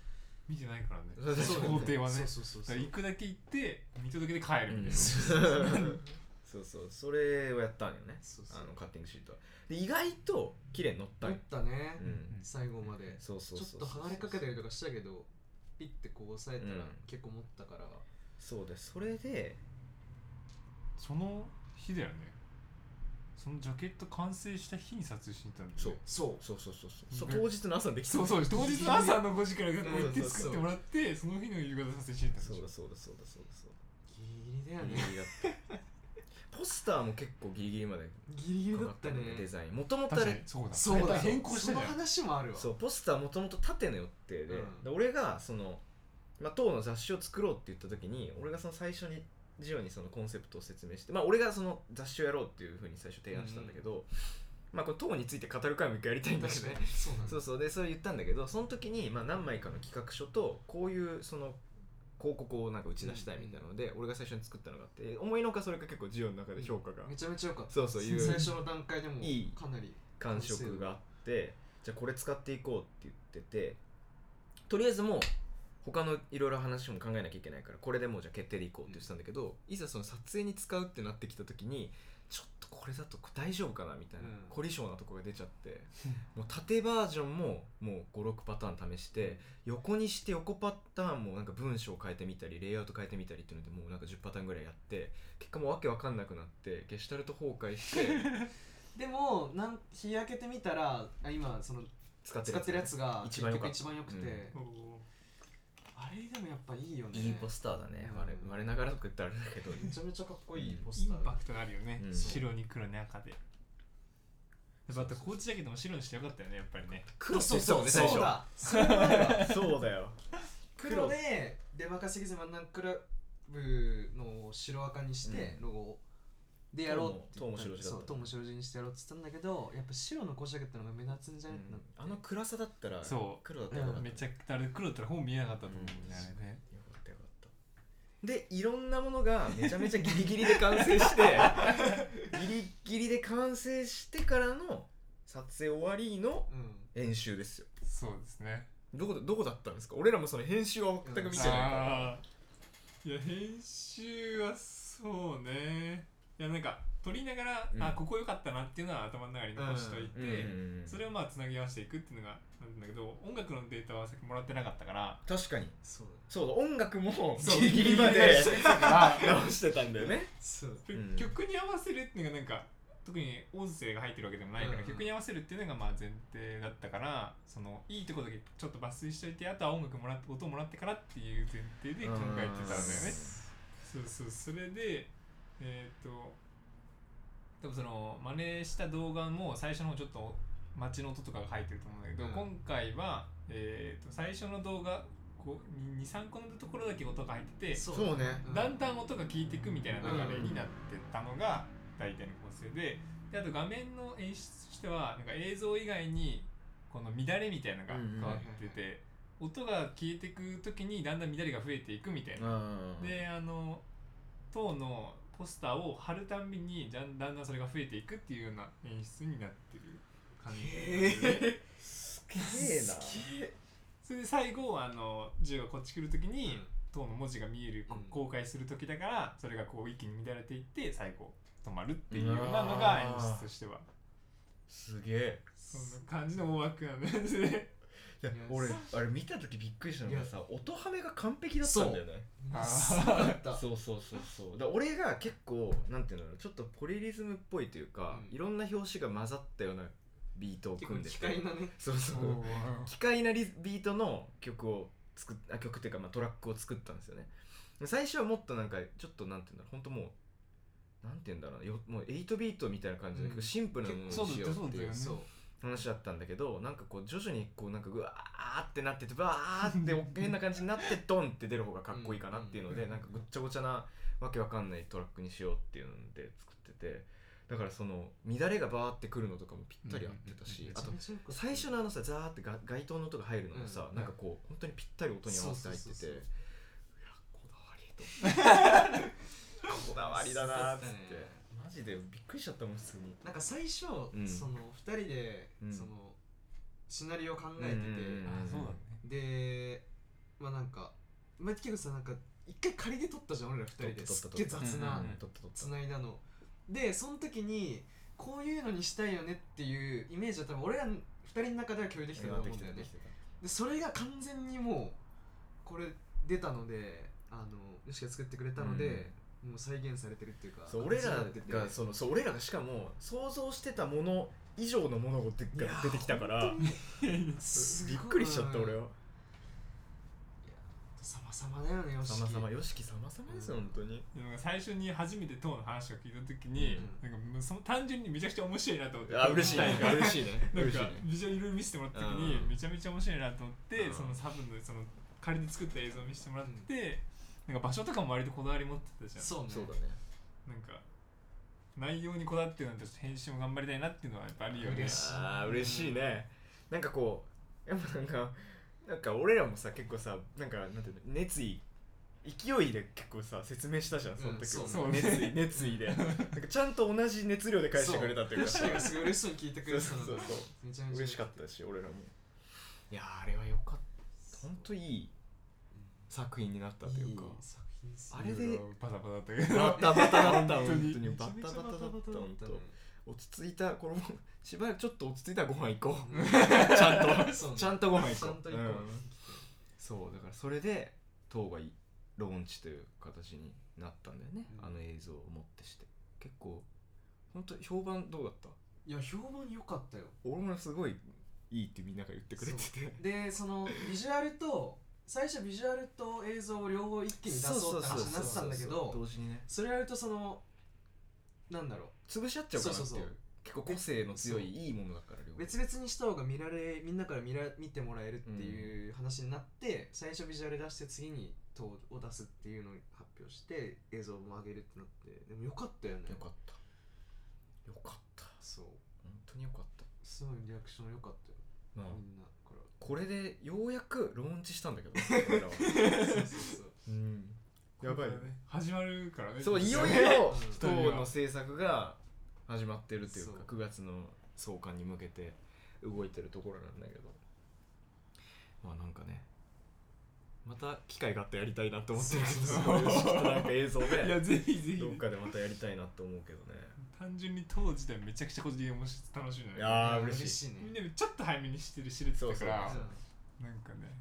C: 見てないからね
B: そう そう
C: 工程はね
A: そうそうそう
C: だ
A: そ
C: か
A: う
C: ら行くだけ行って見届けて帰るみたいな、
B: そうそうそれをやったんよね
A: そうそう
B: あのカッティングシートはで意外と綺麗に乗ったん
A: 打っ
B: よ
A: たね
B: う、ん
A: 最後まで
B: そうそう
A: ちょ
B: そ
A: っ
B: うそう
A: と剥がれかけたりとかしたけどピッてこう押さえたら
B: うん
A: 結構持ったから、
B: そうですそれで
C: その日だよねそのジャケット完成した日に撮影しに行ったんだよね
B: そう
A: そう
B: そうそうそうそう、
C: う
B: 当
C: ん
B: 日の朝にできた
C: そうそう当日の朝の5時から学校行って
B: うん
C: 作ってもらってその日の夕方撮影しに行ったん
B: そ
C: で
B: う
C: しょ
B: だそうだそうだそうだそう
A: ギリギリだ
B: だ
A: よ
B: ギ
A: ね
B: リギリだったポスターも結構ギリギリまで
A: ギリギリだ
B: かか
A: っ
B: ったた
A: ね
B: ねデザインもともとあ
C: 確かに
B: れ
C: そうだ
A: そうだ
C: 変更して
A: そ
C: た
A: の
C: よ
A: 話もあるわ
B: そうポスターもともと縦の予定で,、
A: うん
B: で俺がその、まあ、当の雑誌を作ろうって言った時に俺がその最初にジオにそのコンセプトを説明して、まあ、俺がその雑誌をやろうっていうふうに最初提案したんだけど、まあ、これ当について語る回も一回やりたいんだけ
A: 確
B: ど
A: か
B: ね
A: にそうなんだ
B: そうそうでそれ言ったんだけどその時に、まあ、何枚かの企画書とこういうその広告をなんか打ち出したいみたいなので、俺が最初に作ったのがあって思いのほかそれが結構ジオの中で評価が
A: めちゃめちゃ良かった
B: そうそういう
A: 最初の段階でも
B: いい
A: かなり
B: 感触があってじゃあこれ使っていこうって言っててとりあえずもう他のいろいろ話も考えなきゃいけないからこれでもうじゃあ決定でいこうって言ってたんだけど、いざその撮影に使うってなってきた時にちょっとこれだと大丈夫かなみたいな、
A: うん
B: 凝り性なとこが出ちゃ ってもう縦バージョンももう56パターン試して横にして横パターンもなんか文章を変えてみたりレイアウト変えてみたりっていうのでもうなんか10パターンぐらいやって結果もうわけわかんなくなってゲシュタルト崩壊して
A: でもなん日焼けてみたらあ今その
B: 使って
A: 使ってるやつが
B: 一番良かった
A: 結局一番良くて、
B: う
A: あれでもやっぱいいよね
B: いいポスターだね
A: うん
B: 我我ながらとか言ったらあれだけど
A: めちゃめちゃかっこいい
B: うん
A: ポ
C: イ
A: スタ
C: ン
A: ー、
C: パクトがあるよね、
B: うん
C: 白に黒に赤でやっぱあとコーチジャケットも白にしてよかったよねやっぱりね
B: 黒
A: そうそう
B: 最
A: そう
B: 初
A: だそれもあるわ
B: そうだよ
A: 黒で出まかせぎず真ん中クラブの白赤にして
B: う
A: ロゴをでやろうって
B: 塔も
A: 言
B: 塔も白地だった
A: そう塔も白地にしてやろうって言ったんだけどやっぱ白のコージャケットの方が目立つんじゃねってなって
B: あの暗さだったら
C: そう
B: 黒だったらよかった
C: めちゃくちゃあれ黒だったら本見えなかったと思うんだよね、あれね
B: よかったよかったでいろんなものがめちゃめちゃギリギリで完成して ギリギリで完成してからの撮影終わりの
A: うん
B: 演習ですよ
C: そうですね
B: どこどこだったんですか俺らもその編集は全く見てないから
C: あーいや編集はそうねいやなんか撮りながら、
B: うん
C: あここ良かったなっていうのは頭の中に残しといて、
B: うんうんうん
C: それをまあつなぎ合わせていくっていうのがなんだけど音楽のデータはさっきもらってなかったから
B: 確かに
A: そうだ
B: そうだ音楽も
C: そう
B: ギリギリまで
C: ギリギリまで
B: あ直してたんだよね
A: そう
B: うん
C: 曲に合わせるっていうのがなんか特に音声が入ってるわけでもないから、
A: うん
C: 曲に合わせるっていうのがまあ前提だったからそのいいとこだけちょっと抜粋しといてあとは音楽もらって音もらってからっていう前提で考えてたんだよねそうそうそれでえっ、と多分その真似した動画も最初の方ちょっと街の音とかが入ってると思うんだけど、
A: うん
C: 今回は、えー、と最初の動画23個のところだけ音が入ってて
A: そう
B: そうね
A: うん
C: だんだん音が聞いていくみたいな流れになってったのが大体の構成でであと画面の演出としてはなんか映像以外にこの乱れみたいなのが変わってて音が消えていく時にだんだん乱れが増えていくみたいな。
B: うん
C: であの塔のポスターを貼るたんびにだんだんだんそれが増えていくっていうような演出になってる感じで、
A: へ
B: すげえな
C: それで最後あの銃がこっち来る時
A: え
C: に、塔の文字が見える、こ
A: うん
C: 公開する時だからそれがこう一気に乱れていって最後止まるっていうようなのが演出としては
B: すげえ
C: そんな感じの大枠なんですね
B: いや
A: いや
B: 俺
A: そ
B: あれ見た時びっくりしたの
A: い
B: が
A: や
B: さ音ハメが完璧だったんだよね
A: う
C: あ
A: ん
C: ー
A: すごかった
B: そうそうそうそうだ俺が結構なんていうんだろうちょっとポリリズムっぽいというか、
A: うん
B: いろんな拍子が混ざったようなビートを
A: 結構
B: 組んで
A: 機
B: て
A: 械なね
B: そうそう
C: おー
B: 機械なリズビートの曲を作っあ曲っていうか、まあ、トラックを作ったんですよね最初はもっとなんかちょっとなんていうんだろう本当もうなんていうんだろうなよもう8ビートみたいな感じで、
A: うん
B: シンプルなものにしようっていう
C: そうだったそうだよね
A: そう
B: 話だったんだけどなんかこう徐々にこうなんかうわーってなっててバーってお変な感じになってドンって出る方がかっこいいかなっていうの
C: うん
B: で
C: うん
B: なんかごっちゃごちゃなわけわかんないトラックにしようっていうので作っててだからその乱れがバーってくるのとかもぴったり合ってた
C: うんうん
B: し
C: うん
B: あと
A: めちゃめちゃ良かった
B: 最初のあのさザーってが街灯の音が入るのもさ
A: うん
B: なんかこう本当にぴったり音に合わせて入って
A: そう
B: て
A: そうそう
B: い
A: そう
B: やこだわりとこだわりだなーっつっ
A: そう
B: て
A: っすね
B: マジでびっくりしちゃったもん普通に
A: なんか最初、
B: うん
A: その2人で、
B: うん
A: そのシナリオを考えてて、
B: うん
C: あそうだね
A: でまあなんかまあ結局さなんか一回仮で撮ったじゃん俺ら2人
B: 撮
A: で
B: った
A: す
B: 撮
A: っ
B: った
A: げえ雑
C: う
A: なん
B: 撮った撮った
A: 繋いだのでその時にこういうのにしたいよねっていうイメージは多分俺ら2人の中では共有できたと思うんだよね
B: できてた
A: でそれが完全にもうこれ出たのであのよしが作ってくれたので、もう再現されてるっていうか
B: そう俺ら
A: 形になっ
B: が
A: てて
B: そのそう俺らがしかも想像してたもの以上のものが出
A: いやー
B: 出てきたから
A: 本当に すごい
B: びっくりしちゃった俺は
A: 様々だよねよし
B: さまさまよしきさまさまですよ
A: うん
B: 本当に
C: でなんか最初に初めて党の話を聞いた時に、
A: う
C: なんかもうその単純にめちゃくちゃ面白いなと思って
B: あ嬉しいね
C: なんか
B: 嬉しいね
C: なん
B: 嬉しい
C: か
B: ね
C: ビジュアルいろいろ見せてもらった時に
B: うん
C: めちゃめちゃ面白いなと思って、
B: うん
C: そのサブのその仮に作った映像を見せてもらって、なんか場所とかも割とこだわり持ってたじゃん
A: そうね
B: そうだね
C: なんか内容にこだわってるのと編集も頑張りたいなっていうのはやっぱあるよね
A: 嬉しい
B: あー嬉しいねなんかこうやっぱなんかなんか俺らもさ結構さなんかなんていうの熱意勢いで結構さ説明したじゃんその
A: うん
B: 時、
A: そう
C: そう
B: 熱意 熱意でなんかちゃんと同じ熱量で返してくれたっていうか
A: よしがすごい嬉しそうに聞いてく
B: そ
A: れ
B: う
A: てた
B: そう
A: の
B: そうそう
A: めちゃめちゃ
B: 嬉しかったし俺らもいやーあれはよかった本当いい作品になったというか
A: いい作品っすね
B: あれで
C: バタバタという
B: バタバタだった本
C: 本当
B: 当
C: に
B: にバ
A: めちゃめ
B: タ
A: ちゃ
B: バタだった本当
A: ね
B: 落ち着いたこれもしばらくちょっと落ち着いたらご飯行こうちゃんと
A: そうね
B: ちゃんとご飯行こう
A: ちゃんと行こう
B: うんそうだからそれで当該ローンチという形になったんだよね、
A: うん
B: あの映像をもってして結構本当評判どうだった
A: いや評判良かったよ
B: 俺もすごいいいってみんなが言ってくれてて
A: でそのビジュアルと最初ビジュアルと映像を両方一気に出そうって話になってたんだけ
B: そうそうそう
A: ど
B: 同時にね
A: それやるとそのなんだろ
B: 潰し合っちゃうかなっていう
A: そうそうそう
B: 結構個性の強いいいものだから両
A: う
B: 方
A: 別々にした方が見られみんなから見ら見てもらえるっていう話になって、最初ビジュアル出して次に塔を出すっていうのを発表して映像も上げるってなってでも良かったよね
B: よかったよかった
A: そう
B: 本当によかった
A: すごいリアクション良かったよ、
B: まあ
A: みんなから
B: これでようやくローンチしたんだけど俺ら は
A: そうそうそう
B: うんやばいよね
C: 始まるからね
B: そういよい
C: よ
B: よ
A: うん
B: 塔の制作が始まってるというか
A: そう
B: 9月の創刊に向けて動いてるところなんだけどまあなんかねまた機会があったらやりたいなと思ってる
C: そう
B: けどちょっと なんか映像で
C: いやぜひぜひ
B: どっかでまたやりたいなと思うけどね
C: 単純に当時でめちゃくちゃ個人的に面白い楽しいのよ
B: いやあー嬉しい
A: 嬉しいね
C: みんなちょっと早めにしてる知れてたから
B: そうそう
A: うん
C: なんかね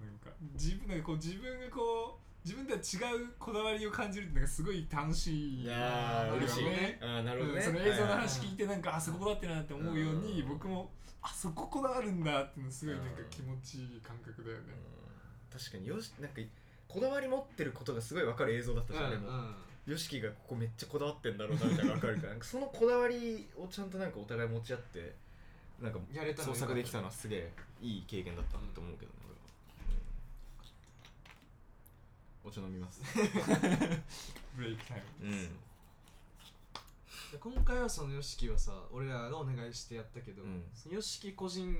C: なんか自分なんかこう自分がこう自分とは違うこだわりを感じるってなんかすごい楽しい
B: いや
A: ー
B: ー嬉しい
C: よね
B: あーなるほど
C: うん
B: ね
C: その映像の
B: はいはい
C: 話聞いてなんかあそこだってなって思うように
B: うん
C: 僕もあそここだわるんだっていうのすごいなんか
B: うん
C: 気持ちいい感覚だよ
B: う
C: ね
B: ん確かによしなんかこだわり持ってることがすごい分かる映像だったじゃん、あれも
A: うんうん
B: よしきがここめっちゃこだわってんだろうなみたいなの分かるからなんかそのこだわりをちゃんとなんかお互い持ち合ってなんか
A: やれたのよか
B: 創作
A: った
B: できたのはすげえいい経験だったなと思うけどね、俺はうんお茶飲みます、
C: ブレイクタイム
B: うん、
A: で今回はその YOSHIKI はさ俺らがお願いしてやったけど、
B: うん
A: その YOSHIKI 個人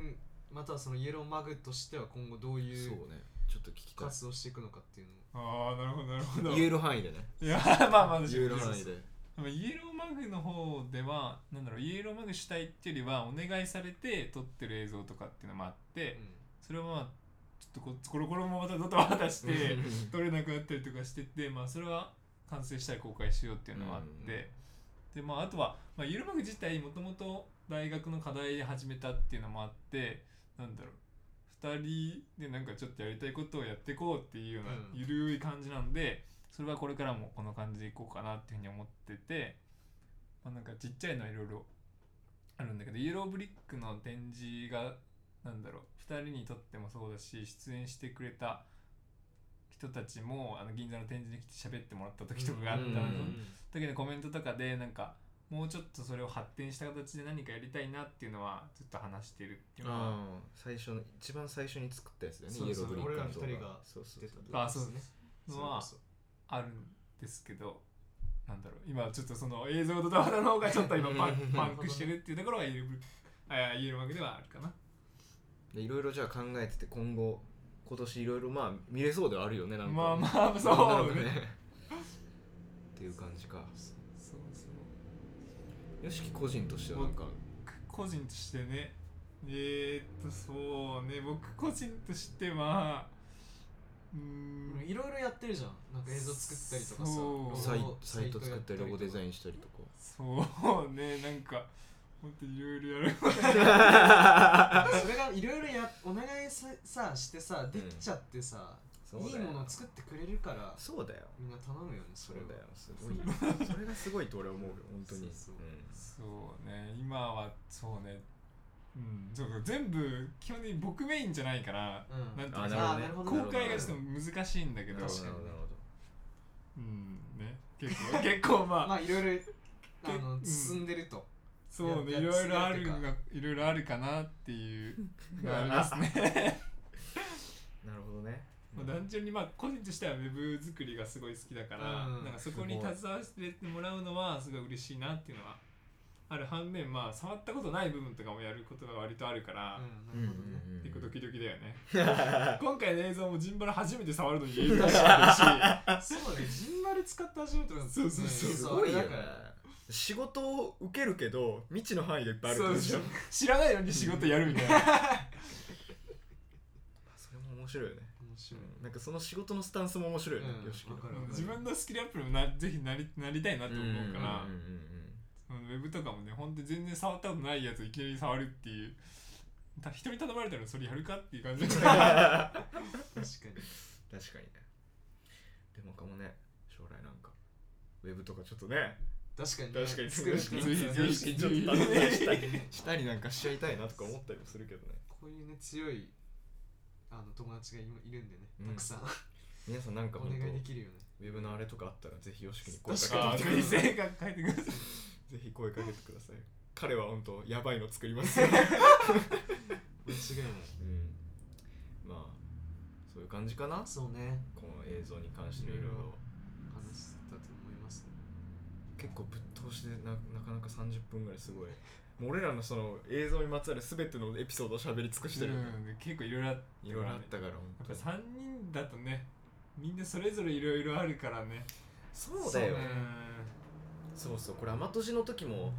A: またはそのイエローマグとしては今後どうい
B: そう
A: う
B: ねちょっと聞きた
A: 活動をしていくのかっていうのを
C: ああなるほどなるほど
B: い言える範囲でね
C: いやーまあまあ
B: 言える範囲で
C: でもイエローマグの方ではなんだろうイエローマグ主体っていうよりはお願いされて撮ってる映像とかっていうのもあって、それはまあちょっとこうコロコロもまたドタバタし て撮れなくなったりとかしててまあそれは完成したら公開しようっていうのはあって、
B: うん
C: でまああとは、まあ、イエローマグ自体もともと大学の課題で始めたっていうのもあってなんだろう2人でなんかちょっとやりたいことをやっていこうっていうような
A: うん
C: ゆるい感じなんで、それはこれからもこの感じでいこうかなっていうふうに思ってて、まあ、なんかちっちゃいのはいろいろあるんだけどイエローブリックの展示がなんだろう2人にとってもそうだし出演してくれた人たちもあの銀座の展示に来て喋ってもらった時とかがあったの
B: うん
C: 時のコメントとかでなんかもうちょっとそれを発展した形で何かやりたいなっていうのはずっと話してるっていうのは
B: ああ最初の一番最初に作ったやつだよね
A: そう
B: イエロ
A: そう
B: ーブリック
A: 俺ら
B: の
A: 二人
B: 動画
A: が
B: そうそう
A: 出た
B: そう
A: と
C: あそうです
A: そ
C: の
A: れ
C: は
A: こそ
C: あるんですけどなんだろう今ちょっとその映像とドラマの方がちょ っと今パンパンクしてるっていうところはイエローブリックあイエローマグではあるかな
B: でいろいろじゃあ考えてて今後今年いろいろまあ見れそうではあるよねなんか
C: まあまあそうね
B: っていう感じか
C: そうそう
B: よしき個人としてはなんか
C: 個人としてねえー、っとそうね僕個人としてはうーん
A: いろいろやってるじゃんなんか映像作ったりとかさ
C: そう
A: ロゴ
B: サイサイト作ったりロゴデザイ
A: ン
B: ンしたりとか
C: そうねなんかほんといろいろやる
A: それがいろいろやお願いささしてさできちゃってさ、
B: そうだ
A: いい
B: よ
A: ものを作ってくれるから
B: そうだよ
A: みんな頼むよねそ
B: そ
A: れ
B: れ
A: を
B: だよすごいよそれがすごいと俺は思うよ本当に
A: そうそう
C: そうね今はそうねうんそうそう全部基本的に僕メインじゃないから、
A: うん
C: なんていう
B: あな
C: か
B: る
C: さ
B: ほ
A: あ
B: どね
A: ーなるほど
C: 公開がちょっと難しいんだけ
B: うん
C: ど
B: なるほ
A: 確か
B: ど
A: に
B: なるほ
C: うんね結構 結構まあ、
A: まあいろいろあ
C: う
A: の
C: ん
A: 進んでると、
C: そうね
A: や
C: いろいろあ
A: やって
C: る
A: る
C: が
A: っていう
C: いろいろあるかなっていうのがありますね
B: どなるほどね
C: まあ単純にまあ個人としてはウェブ作りがすごい好きだから、
A: うん
C: なんかそこに
B: すごい
C: 携わせてもらうのはすごい嬉しいなっていうのはある反面まあ触ったことない部分とかもやることが割とあるから、
A: うんなるほどね、
C: 結構ドキドキだよね
B: ド
C: 今回の映像もジンバル初めて触るのに映像だし
A: そうだねジンバル使って初めてなんですよね
C: そうそうそう
A: 映
B: す
A: 像
B: ごいよ
A: あ
B: ね
A: れだから
B: 仕事を受けるけど未知の範囲がいっぱいあるって
C: そ
B: こ
C: う
B: と
C: そ
B: ょ
C: う知らないのに仕事やるみたいな
B: それも面白いよね
A: 面白い、
B: なんかその仕事のスタンスも面白いよね
A: うん
B: よしき
A: わかる
C: うん自分のスキルアップにもなぜひなりなりたいなと思うから
B: うんうんうんうん
C: うんウェブとかもね本当に全然触ったことないやついきなり触るっていうた人に頼まれたらそれやるかっていう感じ
A: 確かに
B: 確かにねでもかもね将来なんかウェブとかちょっとね
A: 確かに、
B: 確かに
A: 作る
B: 確かに
C: ぜひぜひ
B: ちょっと楽しみにしたりしたりなんかしちゃいたいなとか思ったりもするけどね
A: こういうね強いあの友達がいいるんでね
B: うん
A: たくさん、
B: 皆さんなんか
A: お
B: 本
A: 願いで
B: 当
A: きるよね
B: ウェブのあれとかあったらぜひよしきに声
A: 確
B: か
A: か
C: あ
B: けて
A: に
B: くだ
C: ー
B: さい
C: 性格変えてください
B: ぜひ声かけてください彼は本当やばいの作りますよ
A: 間違いない
B: うん、まあそういう感じかな
A: そうね
B: この映像に関していろいろ
A: 話したと思いますね
B: 結構ぶっ通しでななかなか30分ぐらいすごいもう俺らのその映像にまつわる全てのエピソードを喋り尽くしてるよね
C: うん結構いろいろあっ
B: いろいろあったから本
C: やっ
B: 当
C: ぱ
B: に
C: 3人だとねみんなそれぞれいろいろあるからね
B: そうだよ
C: ね
B: そうそうこれ「アマトシ」の時も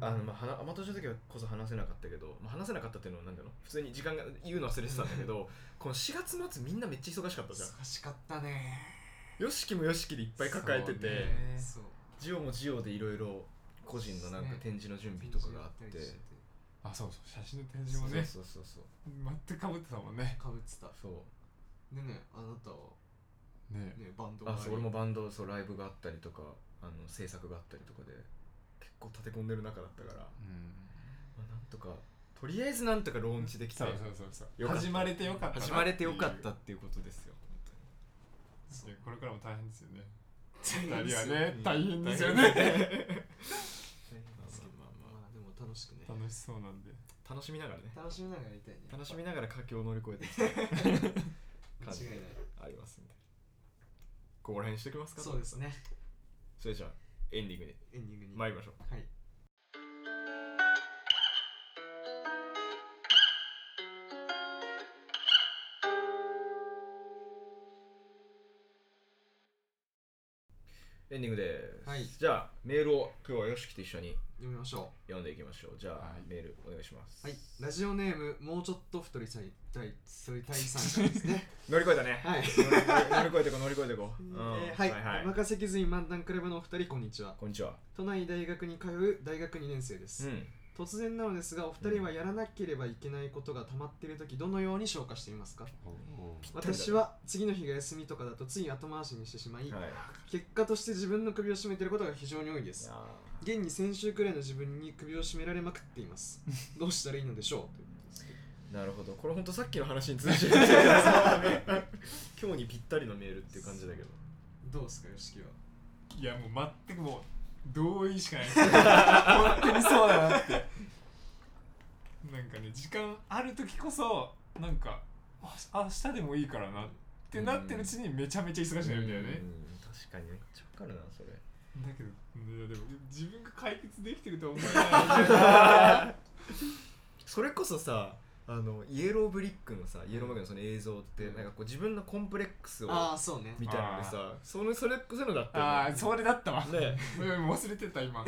B: あの、まあはな、アマトシの時はこそ話せなかったけど、まあ、話せなかったっていうのは何だろう普通に時間が言うの忘れてたんだけどこの4月末みんなめっちゃ忙しかったじゃん
A: 忙しかったね
B: よしきもよしきでいっぱい抱えてて、
C: そうね
A: そう
B: ジオもジオでいろいろ個人のなんか
A: ね
B: 展示の準備とかがあって
C: あそうそう写真の展示もね
B: そうそうそう
C: 全くかぶってたもんね
A: かぶってた
B: そう
A: でねあなたは
C: ね
A: ねバンドが
B: あ
A: り
B: そう俺もバンドそうライブがあったりとかあの制作があったりとかで結構立て込んでる中だったから、ま
C: うん
B: あ、なんとかとりあえずなんとかローンチできて
C: そうそうそうそう
B: よかった
C: 始まれてよかったなって
B: 始
C: いう
B: まれてよかったっていうことですよ
C: そうこれからも大変ですよね
A: 大
C: 二
A: 変で
C: 人は
A: すよ
C: ね大変ですよ
B: 大変
C: ね
B: ですけどまあまあま
A: まあでも楽しくね
C: 楽しそうなんで
B: あ楽しみながらね
A: 楽しみながらやりたいね
B: 楽しみながら佳境を乗り越えていきたい
A: 間違いない
B: ありますんでここら辺にしておきますか
A: そうですね
B: それじゃあエンディングに
A: エンディングに
B: 参りましょう
A: はい
B: エンディングです、
A: はい
B: じゃあメールを今日はよしきと一緒に
A: 読みましょ
B: 読んでいきましょうじゃあ、
C: はい
B: メールお願いします、
A: うはいラジオネームもうちょっと太りたい大そういう大さんからですね
B: 乗り越えたね、
A: はい
B: 乗り越え乗り越えてこう乗り越えて こう、
A: え
B: うん
A: ーはい任せきずに漫談クラブのお二人こんにちは
B: こんにちは
A: 都内大学に通う大学2年生で
B: う
A: す、
B: ん
A: 突然なのですがお二人はやらなければいけないことが溜まっている時どのように消化していますか
B: たりだ
A: 私は次の日が休みとかだとつい後回しにしてしまい、
B: はい
A: 結果として自分の首を絞めていることが非常に多いで
B: い
A: す
B: や
A: 現に先週くらいの自分に首を絞められまくっています どうしたらいいのでしょうということですけど
B: ーなるほどこれほんとさっきの話に通 じるそうだね今日にぴったりのメールっていう感じだけど
A: どうですかよしきはい
C: やもう全くもう同意しかないです本当にそうだなってなんかね時間ある時こそなんかあ明日でもいいからなってなってるうちにめちゃめちゃ忙しくなるんだよね
B: うん確かにめっちゃわかるなそれ
C: だけどいやでも自 分が解決できてるとは思えないんだよな
B: それこそさあのイエローブリックのさイエローマグのその映像って、
A: うん
B: なんかこう自分のコンプレックスを
A: ああそうね
B: みたいなのでさそのそれそういうのだった
C: あ
B: よ
C: あ
B: ね
C: それだったわ
B: ね
C: うん忘れて た今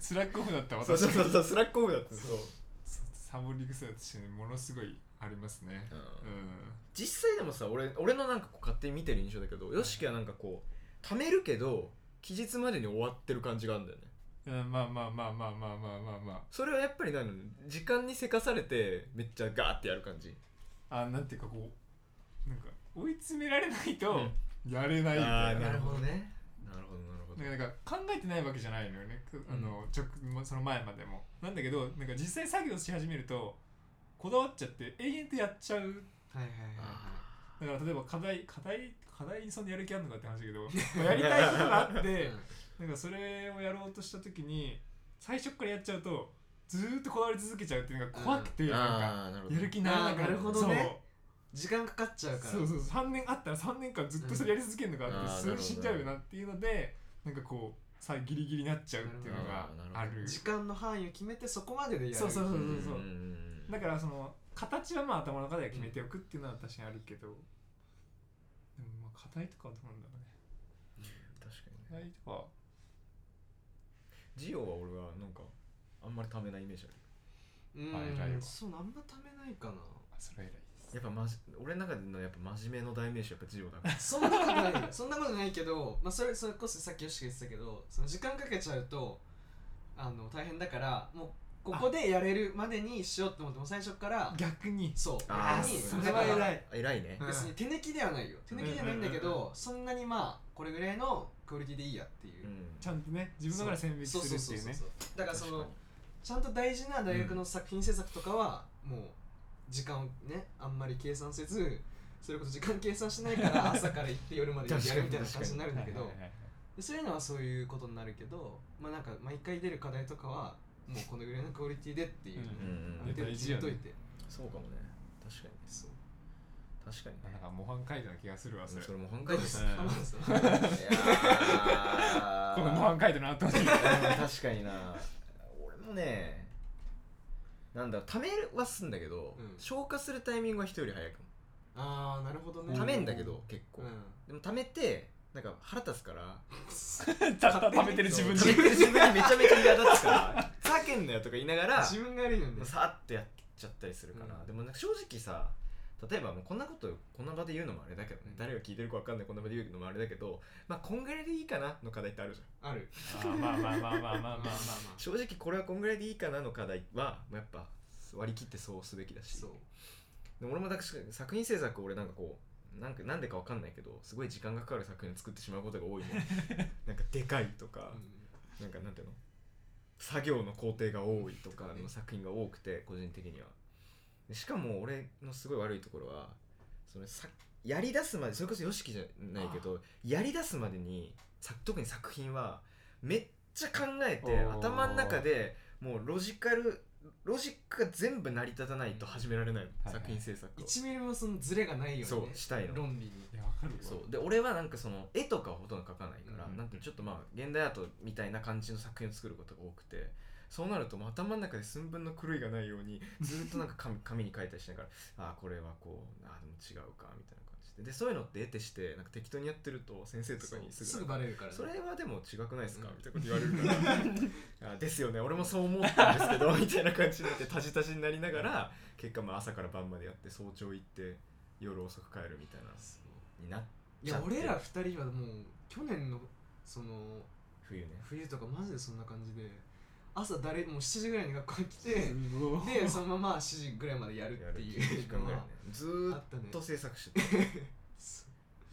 C: スラックオフだった
B: そう
C: 私
B: そうそうそうスラックオフだってそう、
C: サボり癖だしものすごいありますねう
B: 実際でもさ俺俺のなんかこう勝手に見てる印象だけど YOSHIKI はなんかこう貯めるけど期日までに終わってる感じがあるんだよね
C: んうんまあまあまあまあまあまあまあまあ
B: それはやっぱり何なの時間にせかされてめっちゃガーってやる感じ
C: あなんていうかこうなんか追い詰められないうと
B: ん
C: やれないみた
B: あ
C: い
B: ー
C: な
A: なるほどね
B: なるほどなるほ
C: なんかなんか考えてないわけじゃないのよねくあの、ちょその前までもなんだけどなんか実際作業し始めるとこだわっちゃって永遠とやっちゃう
A: はいはいはい
C: だから例えば課題課題課題にそんなやる気あるのかって話だけどまあやりたいことがあっ
A: はい
C: て
A: うん
C: なんかそれをやろうとした時に最初からやっちゃうとずーっとこだわり続けちゃうっていうのが怖くて、なんか
B: あーなるほど
C: やる気にならなくな
A: あーなるほどね
C: そう
A: 時間かかっちゃうから
C: そうそうそう3年あったら3年間ずっとそれやり続けるのかって、
B: うんあー
C: それ死んじゃうよなっていうのでなんかこうさギリギリになっちゃうっていうのがあ
B: なる
C: る
A: 時間の範囲を決めてそこまででやる
C: そうそうそう
B: うん
C: そうだからその形はまあ頭の中では決めておくっていうのは確かにあるけどでもまあ課題とかはどうなんだろうね
B: 確かにね
C: はいとか
B: ジオは俺はなんかあんまり貯めないイメージある
A: うん
C: あ偉いわ
A: そうあんまためないかな
C: あそれ以来
B: やっぱまじ俺の中でのやっぱ真面目の代名詞はやっぱジオだから
A: そんなことないよ そんなことないけど、まあ、それそれこそさっきよしが言ってたけどその時間かけちゃうとあの大変だからもうここでやれるまでにしようと思っても最初から
C: 逆に
A: そう
B: あー
A: 逆に
B: そう
C: それは
A: だから
C: 偉い
B: 偉いね
C: うん
A: 別に手抜きではないよ手抜きではないんだけ
C: うんうんうん
A: どそんなにまあこれぐらいのクオリティでいいやっていう、
C: ちゃんとね自分の中で線引きす
A: そう
C: る
A: そう
C: って
A: そう
C: いう
A: そう
C: ね
A: そうだからそのちゃんと大事な大学の作品制作とかは、もう時間をねあんまり計算せずそれこそ時間計算しないから 朝から行って夜までや
B: 確かに
A: るみたいな感じになるんだけ
C: はい
A: ど
C: はいはいはい
A: でそういうのはそういうことになるけどまあなんか毎回出る課題とかはもうこのぐらいのクオリティでっていう、
C: うん
B: う
A: あ
B: んうん
A: る
B: うん
A: 程度決めといて、
B: そうかもね確かにそう確かに
C: なん
B: ね
C: か模範解答な気がするわそれ
B: そ
C: こ
B: れも本
A: 大
B: 格
A: 丈夫
B: で
A: ですす
B: ね
C: うん
A: 浜田さん
B: いやー
C: の模範解答の後に
B: うん確かにな俺もねなんだためはすんだけど、
A: うん
B: 消化するタイミングは人より早いか
A: ああなるほど
B: も
A: ね
B: ためんだけど結構、
A: うん
B: でもためてなんか腹立つから
C: たたためてる自
B: そう
C: 分
B: ためて
C: で
B: る自分にめちゃめちゃ嫌だったから「ふざけんなよ」とか言いながら
A: 自分が悪いよね
B: さーってやっちゃったりするから、
A: うん
B: でもなんか正直さ例えばもうこんなことこんな場で言うのもあれだけどね、
A: うん
B: 誰が聞いてるかわかんないこんな場で言うのもあれだけどまあこんぐらいでいいかなの課題ってあるじゃん
A: ある
C: あーまあまあまあまあまあまあまあ
B: 正直これはこんぐらいでいいかなの課題はまあやっぱ割り切ってそうすべきだし
A: そう
B: でも俺も確かに作品制作俺なんかこうなんかなんでかわかんないけどすごい時間がかかる作品を作ってしまうことが 多いねなんかでかいとか、
A: う
B: なんかなんていうの作業の工程が多いとか
A: そうね
B: の作品が多くて個人的にはでしかも俺のすごい悪いところはそのさやりだすまでそれこそ YOSHIKI じゃないけどやりだすまでにさ特に作品はめっちゃ考えて
C: おー
B: 頭の中でもうロジカルロジックが全部成り立たないと始められないの、
C: はいはい
B: 作品制作を
A: ん、1ミリもそのズレがないようにね
B: そうしたいの
A: 論理に
C: いやわかるわ
B: そうで俺はなんかその絵とかはほとんど描かないから、
A: うん
B: なんかちょっとまあ現代アートみたいな感じの作品を作ることが多くてそうなるともう頭の中で寸分の狂いがないようにずっとなんか紙 紙に書いたりしながらああこれはこうああでも違うかみたいな感じででそういうのって得てしてなんか適当にやってると先生とかに
A: そう
B: す
A: す
B: ぐ
A: ぐバレるから、ね、
B: それはでも違くないですか、
A: うん
B: みたいなこと言われるからあですよね俺もそう思ったんですけど みたいな感じになってタジタジになりながら結果まあ朝から晩までやって早朝行って夜遅く帰るみたいな
A: そう
B: になっ
A: い
B: ちゃ
A: や
B: って
A: 俺ら二人はもう去年のその
B: 冬ね
A: 冬とかマジでそんな感じで朝誰もう7時ぐらいに学校に来て
C: うわ
A: でそのまま7時ぐらいまでやるっていう
B: やる時間ぐらいねずー
A: あ
B: っ
A: ったね
B: と制作してた
A: そう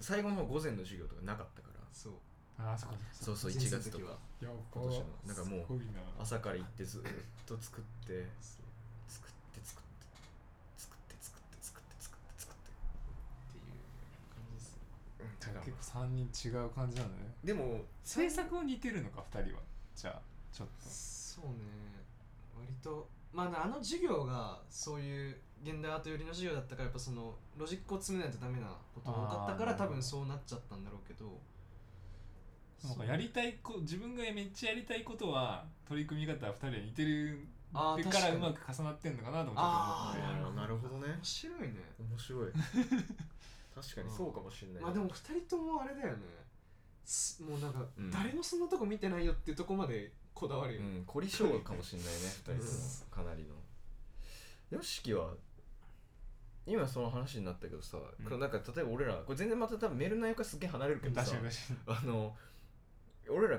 B: 最後の方午前の授業とかなかったから
A: そう
C: あーそっか
B: そうそう1
A: 人生の
B: 月と
A: 時
B: か
A: は
C: やば
B: 今年のなんかもう
C: すごいな
B: 朝から行ってずーっと作って
A: そう
B: 作って作って作って作って作って作って作って
A: っていう感じです
C: じゃあ結構3人違う感じなんだね
B: でも
C: 制作は似てるのか2人はじゃあちょっと
A: そうね割とまああの授業がそういう現代アート寄りの授業だったからやっぱそのロジックを詰めないとダメなことが多かったから
C: あーなるほど
A: 多分そうなっちゃったんだろうけど
C: なんかやりたいこ自分がめっちゃやりたいことは取り組み方は2人は似てる
A: あー
C: でから
A: 確
C: う
A: かに
C: まく重なってんのかなともちょっと思
A: ああ
C: って
B: ーなるほどね
A: 面白いね
B: 面白い確かにそうかもしれない
A: まあでも二人ともあれだよねすもうなんか
B: うん
A: 誰もそんなとこ見てないよっていうとこまでこだわる
B: う
A: よね
B: ん凝り性かもしれないね
A: うん
B: 二人ともかなりの YOSHIKI は今その話になったけどさ、
C: うん
B: これなんか例えば俺らこれ全然また多分メールの内容からすっげえ離れるけどさ
C: 確かに確かに
B: あの俺ら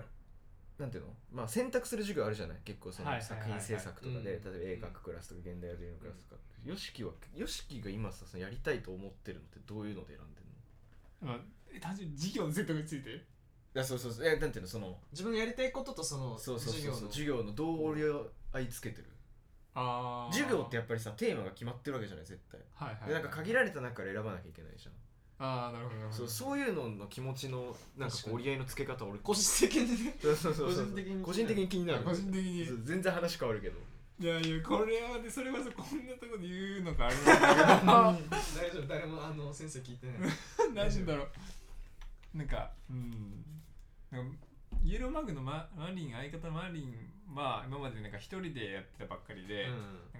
B: なんていうのまあ選択する授業あるじゃない結構そ
C: は
B: の
C: いはいはい
B: 作
C: はい
B: 品制作とかで、
A: うん
B: 例えば絵描くクラスとか現代アートのクラスとか YOSHIKI、は YOSHIKI が今さそのやりたいと思ってるのってどういうので選んでるの
C: まあえ単純に事業の選択について
B: いやそうそうそういやなんていうのその
A: 自分のやりたいこととその
B: そうそう
A: 授業
B: そうそう
A: の
B: 授業のどう折り合いつけてる
C: ああ
B: 授業ってやっぱりさテーマが決まってるわけじゃない絶対
C: はいはい
B: でなんか限
C: ら
B: られた中から選ばなきゃいけないじゃん、
C: ああなるほどなるほ
B: そう
C: ど
B: そういうのの気持ちのなんか
A: 確か
B: こう
A: に
B: 折り合いのつけ方俺
A: 個人的にね
B: そうそうそうそう
A: 個人的に
B: 個人的に気になる
C: 個人的に
B: そう全然話変わるけど
C: いやいやこれはねそれこそこんなとこで言うのかあれなんだ
A: 大丈夫誰もあの先生聞いてない
C: けどなんだろうなんかうんなんかイエローマグのママリン相方マリンは今までなんか一人でやってたばっかりで、
A: うん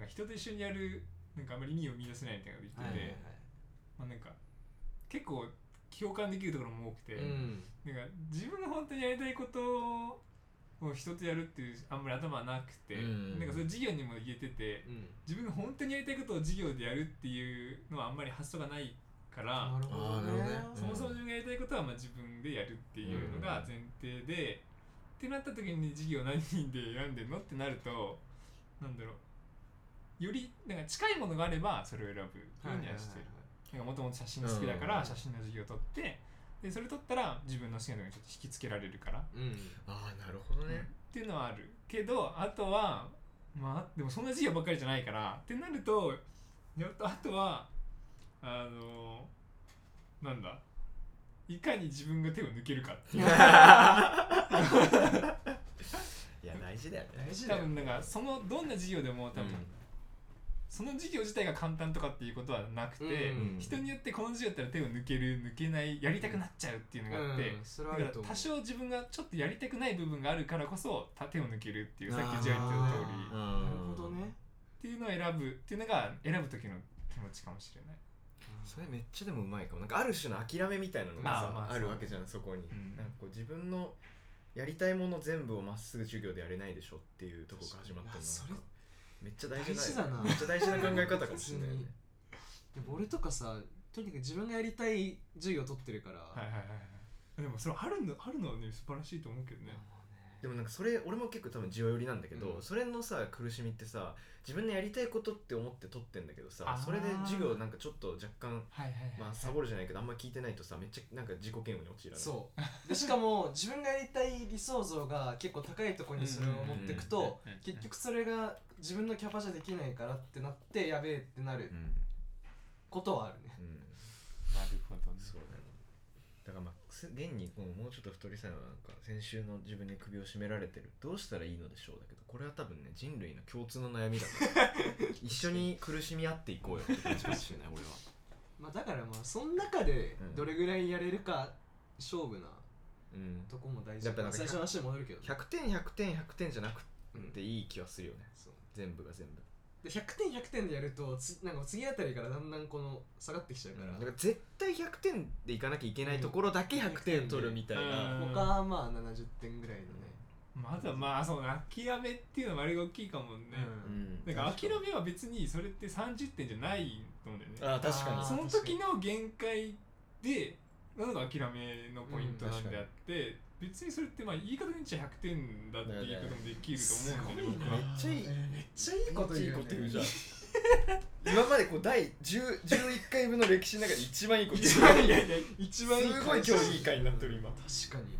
C: なんか人と一緒にやるなんかあんまり意味を見出せないみたいなこと言
A: は
C: っ
A: い
C: て
A: はい
C: て、
A: はい
C: まあ、なんか結構共感できるところも多くて、
A: うん
C: なんか自分が本当にやりたいことを人とやるっていうあんまり頭はなくて、
B: うん
C: なんかそれ授業にも言えてて
A: うん
C: 自分が本当にやりたいことを授業でやるっていうのはあんまり発想がないから
A: なるほど
B: あー
A: ね
B: なるほどね
C: そもそも自分がやりたいことはまあ自分でやるっていうのが前提で、ってなった時に授業何人で選んでるのってなるとなんだろうよりなんか近いものがあればそれを選ぶようにはしてる。なんかもともと写真が好きだか
B: う
C: ら
B: ん
C: 写真の授業を撮って、でそれ撮ったら自分の好きなところにちょっと引きつけられるから、
A: うん
B: ああなるほど
C: うんっていうのはあるけどあとはまあでもそんな授業ばっかりじゃないからってなるとやっとあとはあのなんだいかに自分が手を抜けるかって いう
B: いや大事だよね
A: 大事
C: 多
A: だよ
C: 分なんかそのどんな授業でも多分、その授業自体が簡単とかっていうことはなくて、
A: うん
C: 人によってこの授業だったら手を抜ける抜けないやりたくなっちゃうっていうのがあって、
A: うんそれは
C: だ
A: あ
C: から
A: ると思う
C: 多少自分がちょっとやりたくない部分があるからこそ盾を抜けるっていうさっ
B: あー
C: きジュアリ言った通り
B: う
C: っ
B: ん
A: なるほどね
C: ていうのを選ぶっていうのが選ぶ時の気持ちかもしれない
B: それめっちゃでもうまいかもなんかある種の諦めみたいなのがさ
C: あーまあ
B: あるわけじゃんそこに、
C: うん
B: なんかこう自分のやりたいもの全部をまっすぐ授業でやれないでしょっていうとこから始まったの
A: いやそれ
B: なんかめっちゃ大事
A: 大事だな
B: めっちゃ大事な考え方かもしれないよね
A: 普でも俺とかさとにかく自分がやりたい授業取ってるから、
C: はいはいはいはいでもそれあるのあるのはね素晴らしいと思うけどね
A: ま
B: でもなんかそれ俺も結構多分需要寄りなんだけど、
A: うん
B: それのさ苦しみってさ自分のやりたいことって思って取ってんだけど
C: あ
B: さ
C: ー
B: それで授業なんかちょっと若干
C: はいはいはい
B: まあサボるじゃないけどあんま聞いてないとさめっちゃなんか自己嫌悪に
A: あね
B: 陥らない
A: そうでしかも自分がやりたい理想像が結構高いところにそれを持ってく
C: うんうんうん
A: と
C: うんうん
A: 結局それが自分のキャパじゃできないからってなってやべえってなる
B: うん、
A: ことはあるね
B: うん、
C: なるほどね
B: そうだねだからまあす現にこうもうちょっと太りさいのはなんか先週の自分に首を絞められてるどうしたらいいのでしょうだけどこれは多分ね人類の共通の悩みだから一緒に苦しみ合っていこうよって感じかもしれない俺は
A: まあだからまあその中で
B: うん
A: どれぐらいやれるか勝負な
B: うん
A: とこも大事
B: やっぱなんか
A: 最初の話に戻るけどね
B: 100点100点100点じゃなく
A: うん
B: ていい気はするよね
A: そう
B: 全部が全部
A: で100点100点でやるとつなんか次あたりからだんだんこの下がってきちゃうから、
B: だから絶対100点でいかなきゃいけないところだけ100点取るみたいな、
C: うん
A: 他はまあ70点ぐらいのね、
C: まだまあそう諦めっていうのもあれが大きいかもね、
B: うん
C: なんか諦めは別にそれって30点じゃないと思うんだよ
B: あ
C: ね
B: あ確か
A: あー
C: その時の限界でなのが諦めのポイントなんであって、別にそれってまあ言い方によっちゃ100点だっていうこともできると思うんだけど、
A: すごい
B: にめっ ちゃいい
A: めっちゃいいこと言う,、ね、
B: めっちゃいいこと言うじゃん今までこう第10 11回分の歴史の中で一番いいこと
C: 一番いやいや
A: 一番いい
B: すごい今日いい回になってる今
A: 確かに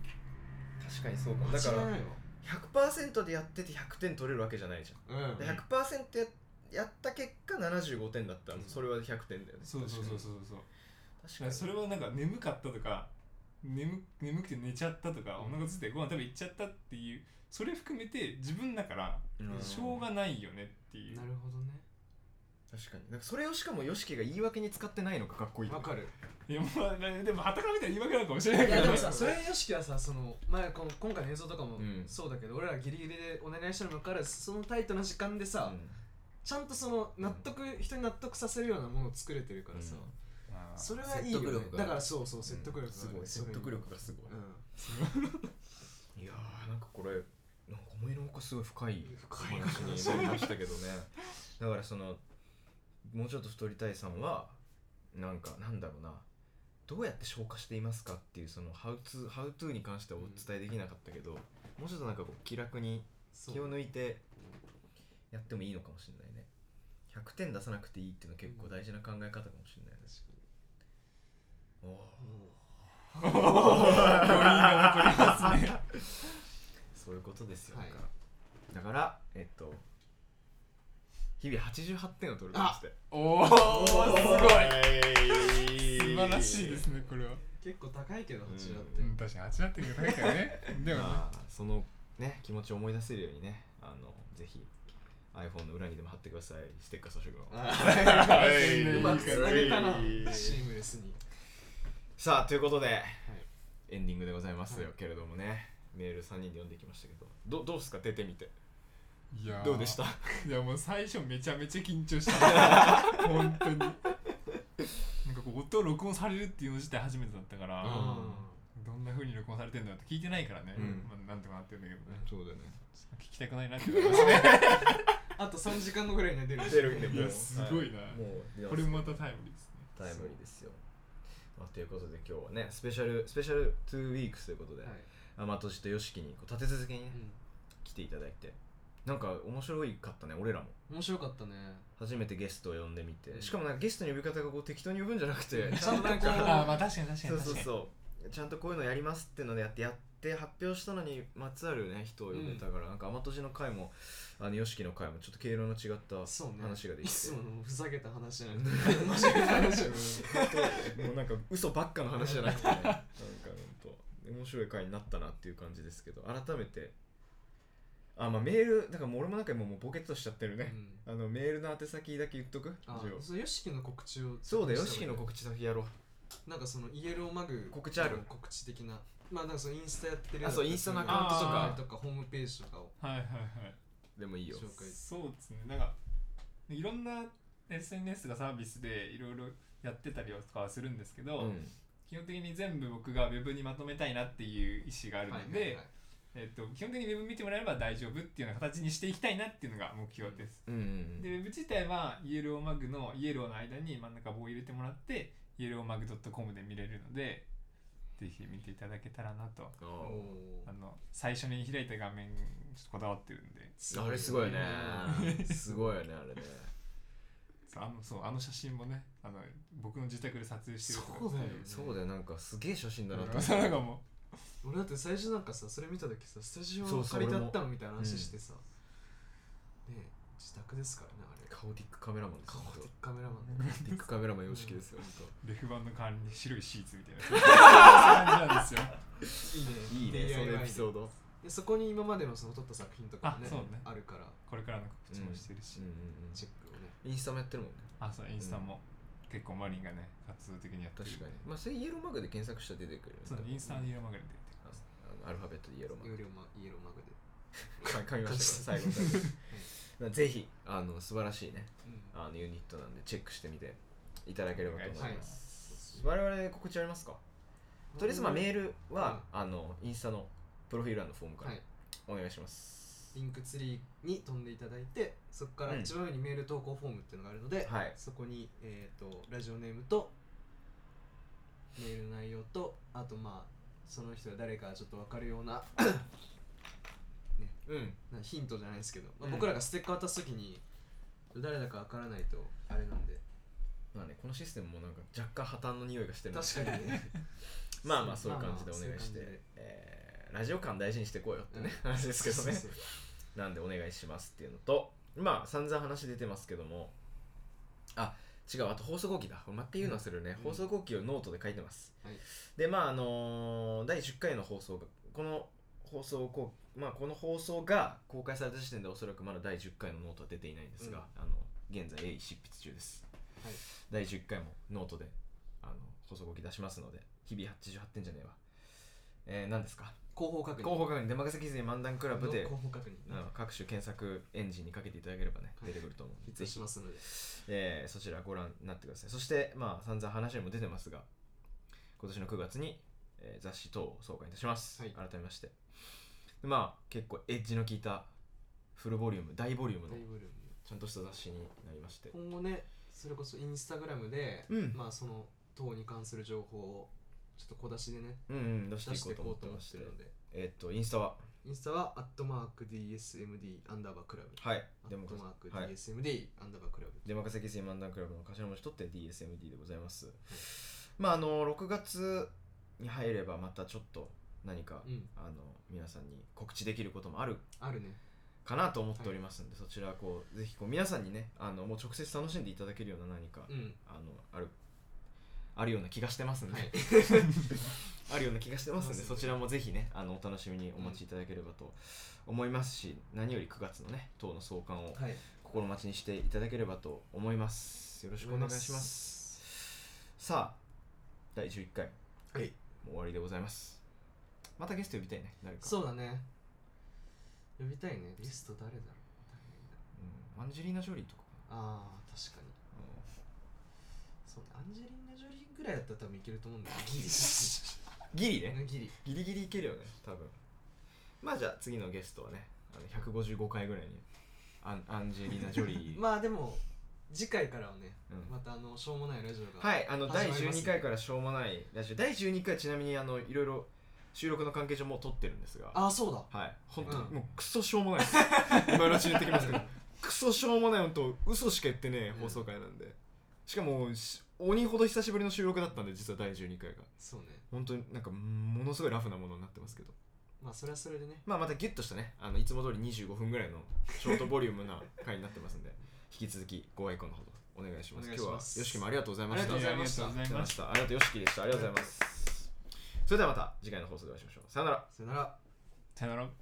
B: 確かにそうかもだ
A: 間
B: か
A: 違い
B: ら
A: ない
B: 100%でやってて100点取れるわけじゃないじゃん
A: わ
B: で
A: うん
B: 100%ややった結果75点だったらそれは100点だよね
C: そうそうそうそううそう
B: 確か
C: だから
B: に
C: それはなんか眠かったとか眠眠くて寝ちゃったとかお腹ついてご飯食べ行っちゃったっていうそれ含めて自分だから
B: うん
C: しょうがないよねっていう、
A: なるほどね
B: 確かになんかそれをしかも YOSHIKI が言い訳に使ってないのがかっこいいよ
A: わ
B: ね
A: かる
C: いやもうなでもはたから見たら言い訳なのかもしれない
A: い
C: け
A: や
C: ど
A: でも
C: ね
A: さそれよしきはさその前この今回の映像とかも
B: うん
A: そうだけど、俺らギリギリでお願いしたのもかかわらずそのタイトな時間でさ、ちゃんとその納得、人に納得させるようなものを作れてるからさ、
B: う
C: あー
A: それはいいよ
B: 説得
A: ね
B: 力が
A: だからそうそうん説得力がある、
B: すごい
A: それ
B: 説
A: に
B: 得力がすごい、いやーなんかこれなんか思いのほかすごい深い
A: 深い
B: 話になりましたけどねだからそのもうちょっと太りたいさんはなんかなんだろうなどうやって消化していますかっていうそのハウツーハウトゥーに関してはお伝えできなかったけど、もうちょっとなんかこう気楽に
A: そう
B: 気を抜いてやってもいいのかもしれないね100点出さなくていいっていうのは結構大事な考え方かもしれないね、おーそういうことですよ、
A: はい
B: だからだからえっと日々88点を取るとして
C: おーすごい
B: す
C: 素晴らしいですねこれは、
A: 結構高いけど8だって、
C: うん、確かにあっちだってるけどないからね でもね
B: まあそのね気持ちを思い出せるようにねあのぜひ iPhone の裏にでも貼ってくださいステッカー差し上げます
A: うまくつな げたなシームレスに
B: さあということで、エンディングでございますよ、けれどもねメール3人で読んできましたけどどどうですか出てみて
C: いやー
B: どうでした
C: いやもう最初めちゃめちゃ緊張 した本当になんかこう音を録音されるっていうの自体初めてだったから、どんな風に録音されてるんだろうって聞いてないからね、
B: うん
C: まあ、なんとかなってるんだけどね
B: そうだね
C: 聞きたくないなって思い ましたね
A: あと3時間後ぐらいには出る
B: 出るんで
C: いやすごいな、
B: もう
C: これもまたタイムリーですね
B: タイムリーですよ、まあ、ということで今日はねスペシャルスペシャル2ウィークスということで、
A: はい
B: あまあとしと YOSHIKI にこう立て続けにね、来ていただいてなんか面白いかったね俺らも
A: うん、面白かったね
B: 初めてゲストを呼んでみて、
A: うん
B: しかもなんかゲストの呼び方がこう適当に呼ぶんじゃなくて
A: ちゃんとなんか
C: あーまあ確かに確か
B: そ
C: に
B: う
C: 確か
B: そう
C: に
B: そうちゃんとこういうのやりますってのでやってやって発表したのにまつわるね人を呼べたから、なんかアマトジの回もあの YOSHIKI の回もちょっと経路の違った
A: そうね
B: 話がで
A: い
B: きて
A: つものふざけた話じゃなくて面白い 話を
B: もうなんか嘘ばっかの話じゃなく て、ね、なんか本当面白い回になったなっていう感じですけど改めてあまあメールだからもう俺もなんかもうもうボケッとしちゃってるね、あのメールの宛先だけ言っとく
A: あ
B: 一応
A: そうヨシキの告知を
B: そうだよ YOSHIKI の告知先やろう
A: なんかそのイエローマグ
B: 告知ある
A: 告知的なまあなんかそのインスタやってる
B: あそうインスタのアカ
C: ウントとか
A: あーとかホームページとかを
C: はいはいはい
B: でもいいよ
A: 紹介
C: そうですねなんかいろんな SNS がサービスでいろいろやってたりとかはするんですけど、
B: うん
C: 基本的に全部僕が Web にまとめたいなっていう意思があるので、
A: はいはいはい
C: えっと基本的に Web 見てもらえれば大丈夫っていうような形にしていきたいなっていうのが目標です、
B: うんうん
C: で Web 自体はイエローマグのイエローの間に真ん中棒を入れてもらってイエローマグ .com で見れるのでぜひ見ていただけたらなと
B: あ
A: お
B: ー
A: ー
C: あの最初に開いた画面ちょっとこだわってるんで
B: あれすごいよねすごいよねあれね
C: そうあのそうあの写真もねあの僕の自宅で撮影してるとか
A: そうだよ
B: そうだよなんかすげえ写真だなと思っ
C: そうなんか
B: て
C: も
A: 俺だって最初なんかさそれ見た時さスタジ
B: そ
A: オ
B: うそう
A: 借りた
B: 俺も
A: ったのみたいな話してさ、ねえ自宅ですからねあれ
B: カオティックカメラマンです
A: カ
B: よ
A: オ
B: 本当
A: ティックカメラマン
B: カオティックカメラマン様式ですよ本
C: うレフ板の代わりに白いシーツみたいなそういう感じなんですよ
B: 当
A: い
B: い
A: い
B: い
A: ね
B: ねその
A: DIY
B: エピソード
A: でそこに今までのその撮った作品とかもね
C: あそうね
A: あるから
C: これからの告知もしてるし、
B: うんうんうん
A: チェックをね
B: インスタもやってるもんね
C: あそうインスタも結構マリンがね活動的にやってる
B: 確かにまあそれイエローマグで検索したら出てくるよね
C: そうインスタのイエローマグリンで
B: ああのアルファベットでイエローマグ
A: 容量マイエローマグで、
B: か噛みましたけど最後最後 まあぜひあの素晴らしいねあのユニットなんでチェックしてみていただければと思い
A: はい
B: ます我々告知ありますかとりあえずまあメールはあのインスタのプロフィール欄のフォームから
A: はい
B: お願いします
A: リンクツリーに飛んでいただいてそこから一番上にメール投稿フォームっていうのがあるので、
B: はい
A: そこに、えー、とラジオネームとメールの内容とあとまあその人が誰かちょっと分かるような
B: うん
A: なヒントじゃないですけど、まあ
B: うん
A: 僕らがステッカー渡す時に誰だか分からないとあれなんで
B: まあねこのシステムもなんか若干破綻の匂いがしてるんで
A: 確かにね
B: まあまあそういう感じでお願いし
A: そういう感じ
B: て
A: で
B: えーラジオ感大事にしていこうよってね
A: うん
B: 話ですけどね
A: そうそう
B: なんでお願いしますっていうのとまあ散々話出てますけどもあ違うあと放送後期だまって言うの忘れるね、
A: うん
B: 放送後期をノートで書いてます、
A: はい
B: でまああのー第10回の放送がこの放送をこうまあこの放送が公開された時点でおそらくまだ第10回のノートは出ていないんですが、あの現在鋭意執筆中です、
A: はい
B: 第11回もノートであのこそごき出しますので日々88点じゃねえわえー、何ですか
A: 広報確認
B: 広報確認出任せ記に漫談クラブで
A: 広報確認
B: あの各種検索エンジンにかけていただければね
A: はい
B: 出てくると思うんで、
A: 必
B: ぜ
A: 要
B: ひ
A: しますので
B: えーそちらご覧になってくださいそしてまあ散々話にも出てますが今年の9月に、えー雑誌等を創刊いたします、
A: はい
B: 改めましてでまあ結構エッジの効いたフルボリューム大ボリュームの
A: 大ブルーム
B: ちゃんとした雑誌になりまして
A: 今後ねそれこそインスタグラムで、
B: うん
A: まあその党に関する情報をちょっと小出しでね
B: うんうん出して
A: 出
B: い
A: し
B: こ
A: て
B: う
A: い
B: と思
A: こ
B: っ
A: う
B: て
A: と思
B: ま
A: っ
B: してて
A: るので
B: えーっとインスタは
A: インスタはアットマーク DSMD アンダーバークラブ
B: はい
A: ア
B: で
A: ッ
B: も
A: トマーク
B: はい
A: DSMD アンダーバークラブ
B: 出任せ水漫談クラブの頭文字取って DSMD でございます、まああの6月に入ればまたちょっと何か、
A: うん
B: あの皆さんに告知できることもある
A: あるね
B: かなと思っておりますんで、そちらこうぜひこう皆さんにねあのもう直接楽しんでいただけるような何か、
A: うん
B: あのあるあるような気がしてますんで、
A: はい
B: あるような気がしてますんで
A: そう
B: そ
A: ですね
B: ちらもぜひねあのお楽しみにお待ちいただければと思いますし、何より9月のね党の創刊を
A: はい
B: 心待ちにしていただければと思いますよろしくお願いしますさあ第11回
A: はい
B: もう終わりでございますまたゲスト呼びたいね誰か
A: そうだね呼びたいねゲスト誰だろう誰がいいんだろう
B: うん、アンジェリーナ・ジョリーとか
A: ああ確かにそうねアンジェリーナ・ジョリーぐらいだったら多分いけると思うんだよギリ
B: うんギリね、
A: ギリ
B: ギリギリいけるよね多分まあじゃあ次のゲストはねあの155回ぐらいにアンアンジェリーナ・ジョリ ー、
A: まあでも次回からはね
B: うん
A: またあのしょうもないラジオが
B: はいあの
A: 始まり
B: 第
A: ますね
B: 12回からしょうもないラジオ第12回ちなみにあのいろいろ収録の関係上もう撮ってるんですが
A: ああそうだ
B: はい本当に、
A: うん
B: もうクソしょうもないです 今のうちに言ってきますけどクソしょうもない本当嘘しか言ってねえ放送回なんで、しかもし鬼ほど久しぶりの収録だったんで実は第12回が
A: そうね
B: 本当になんかものすごいラフなものになってますけど
A: まあそれはそれでね
B: まあまたギュッとしたねあのいつも通り25分ぐらいのショートボリュームな回になってますんで 引き続きご愛顧のほどお願いします
A: お願いし
B: 今日は
A: ま
B: よ
A: す
B: しきもありがとうございました
A: ありがとうございました
C: ありがとうございました
B: ありがとうよしきでしたありがとうございますそれではまた次回の放送でお会いしましょうさよなら
A: さよなら
C: さよなら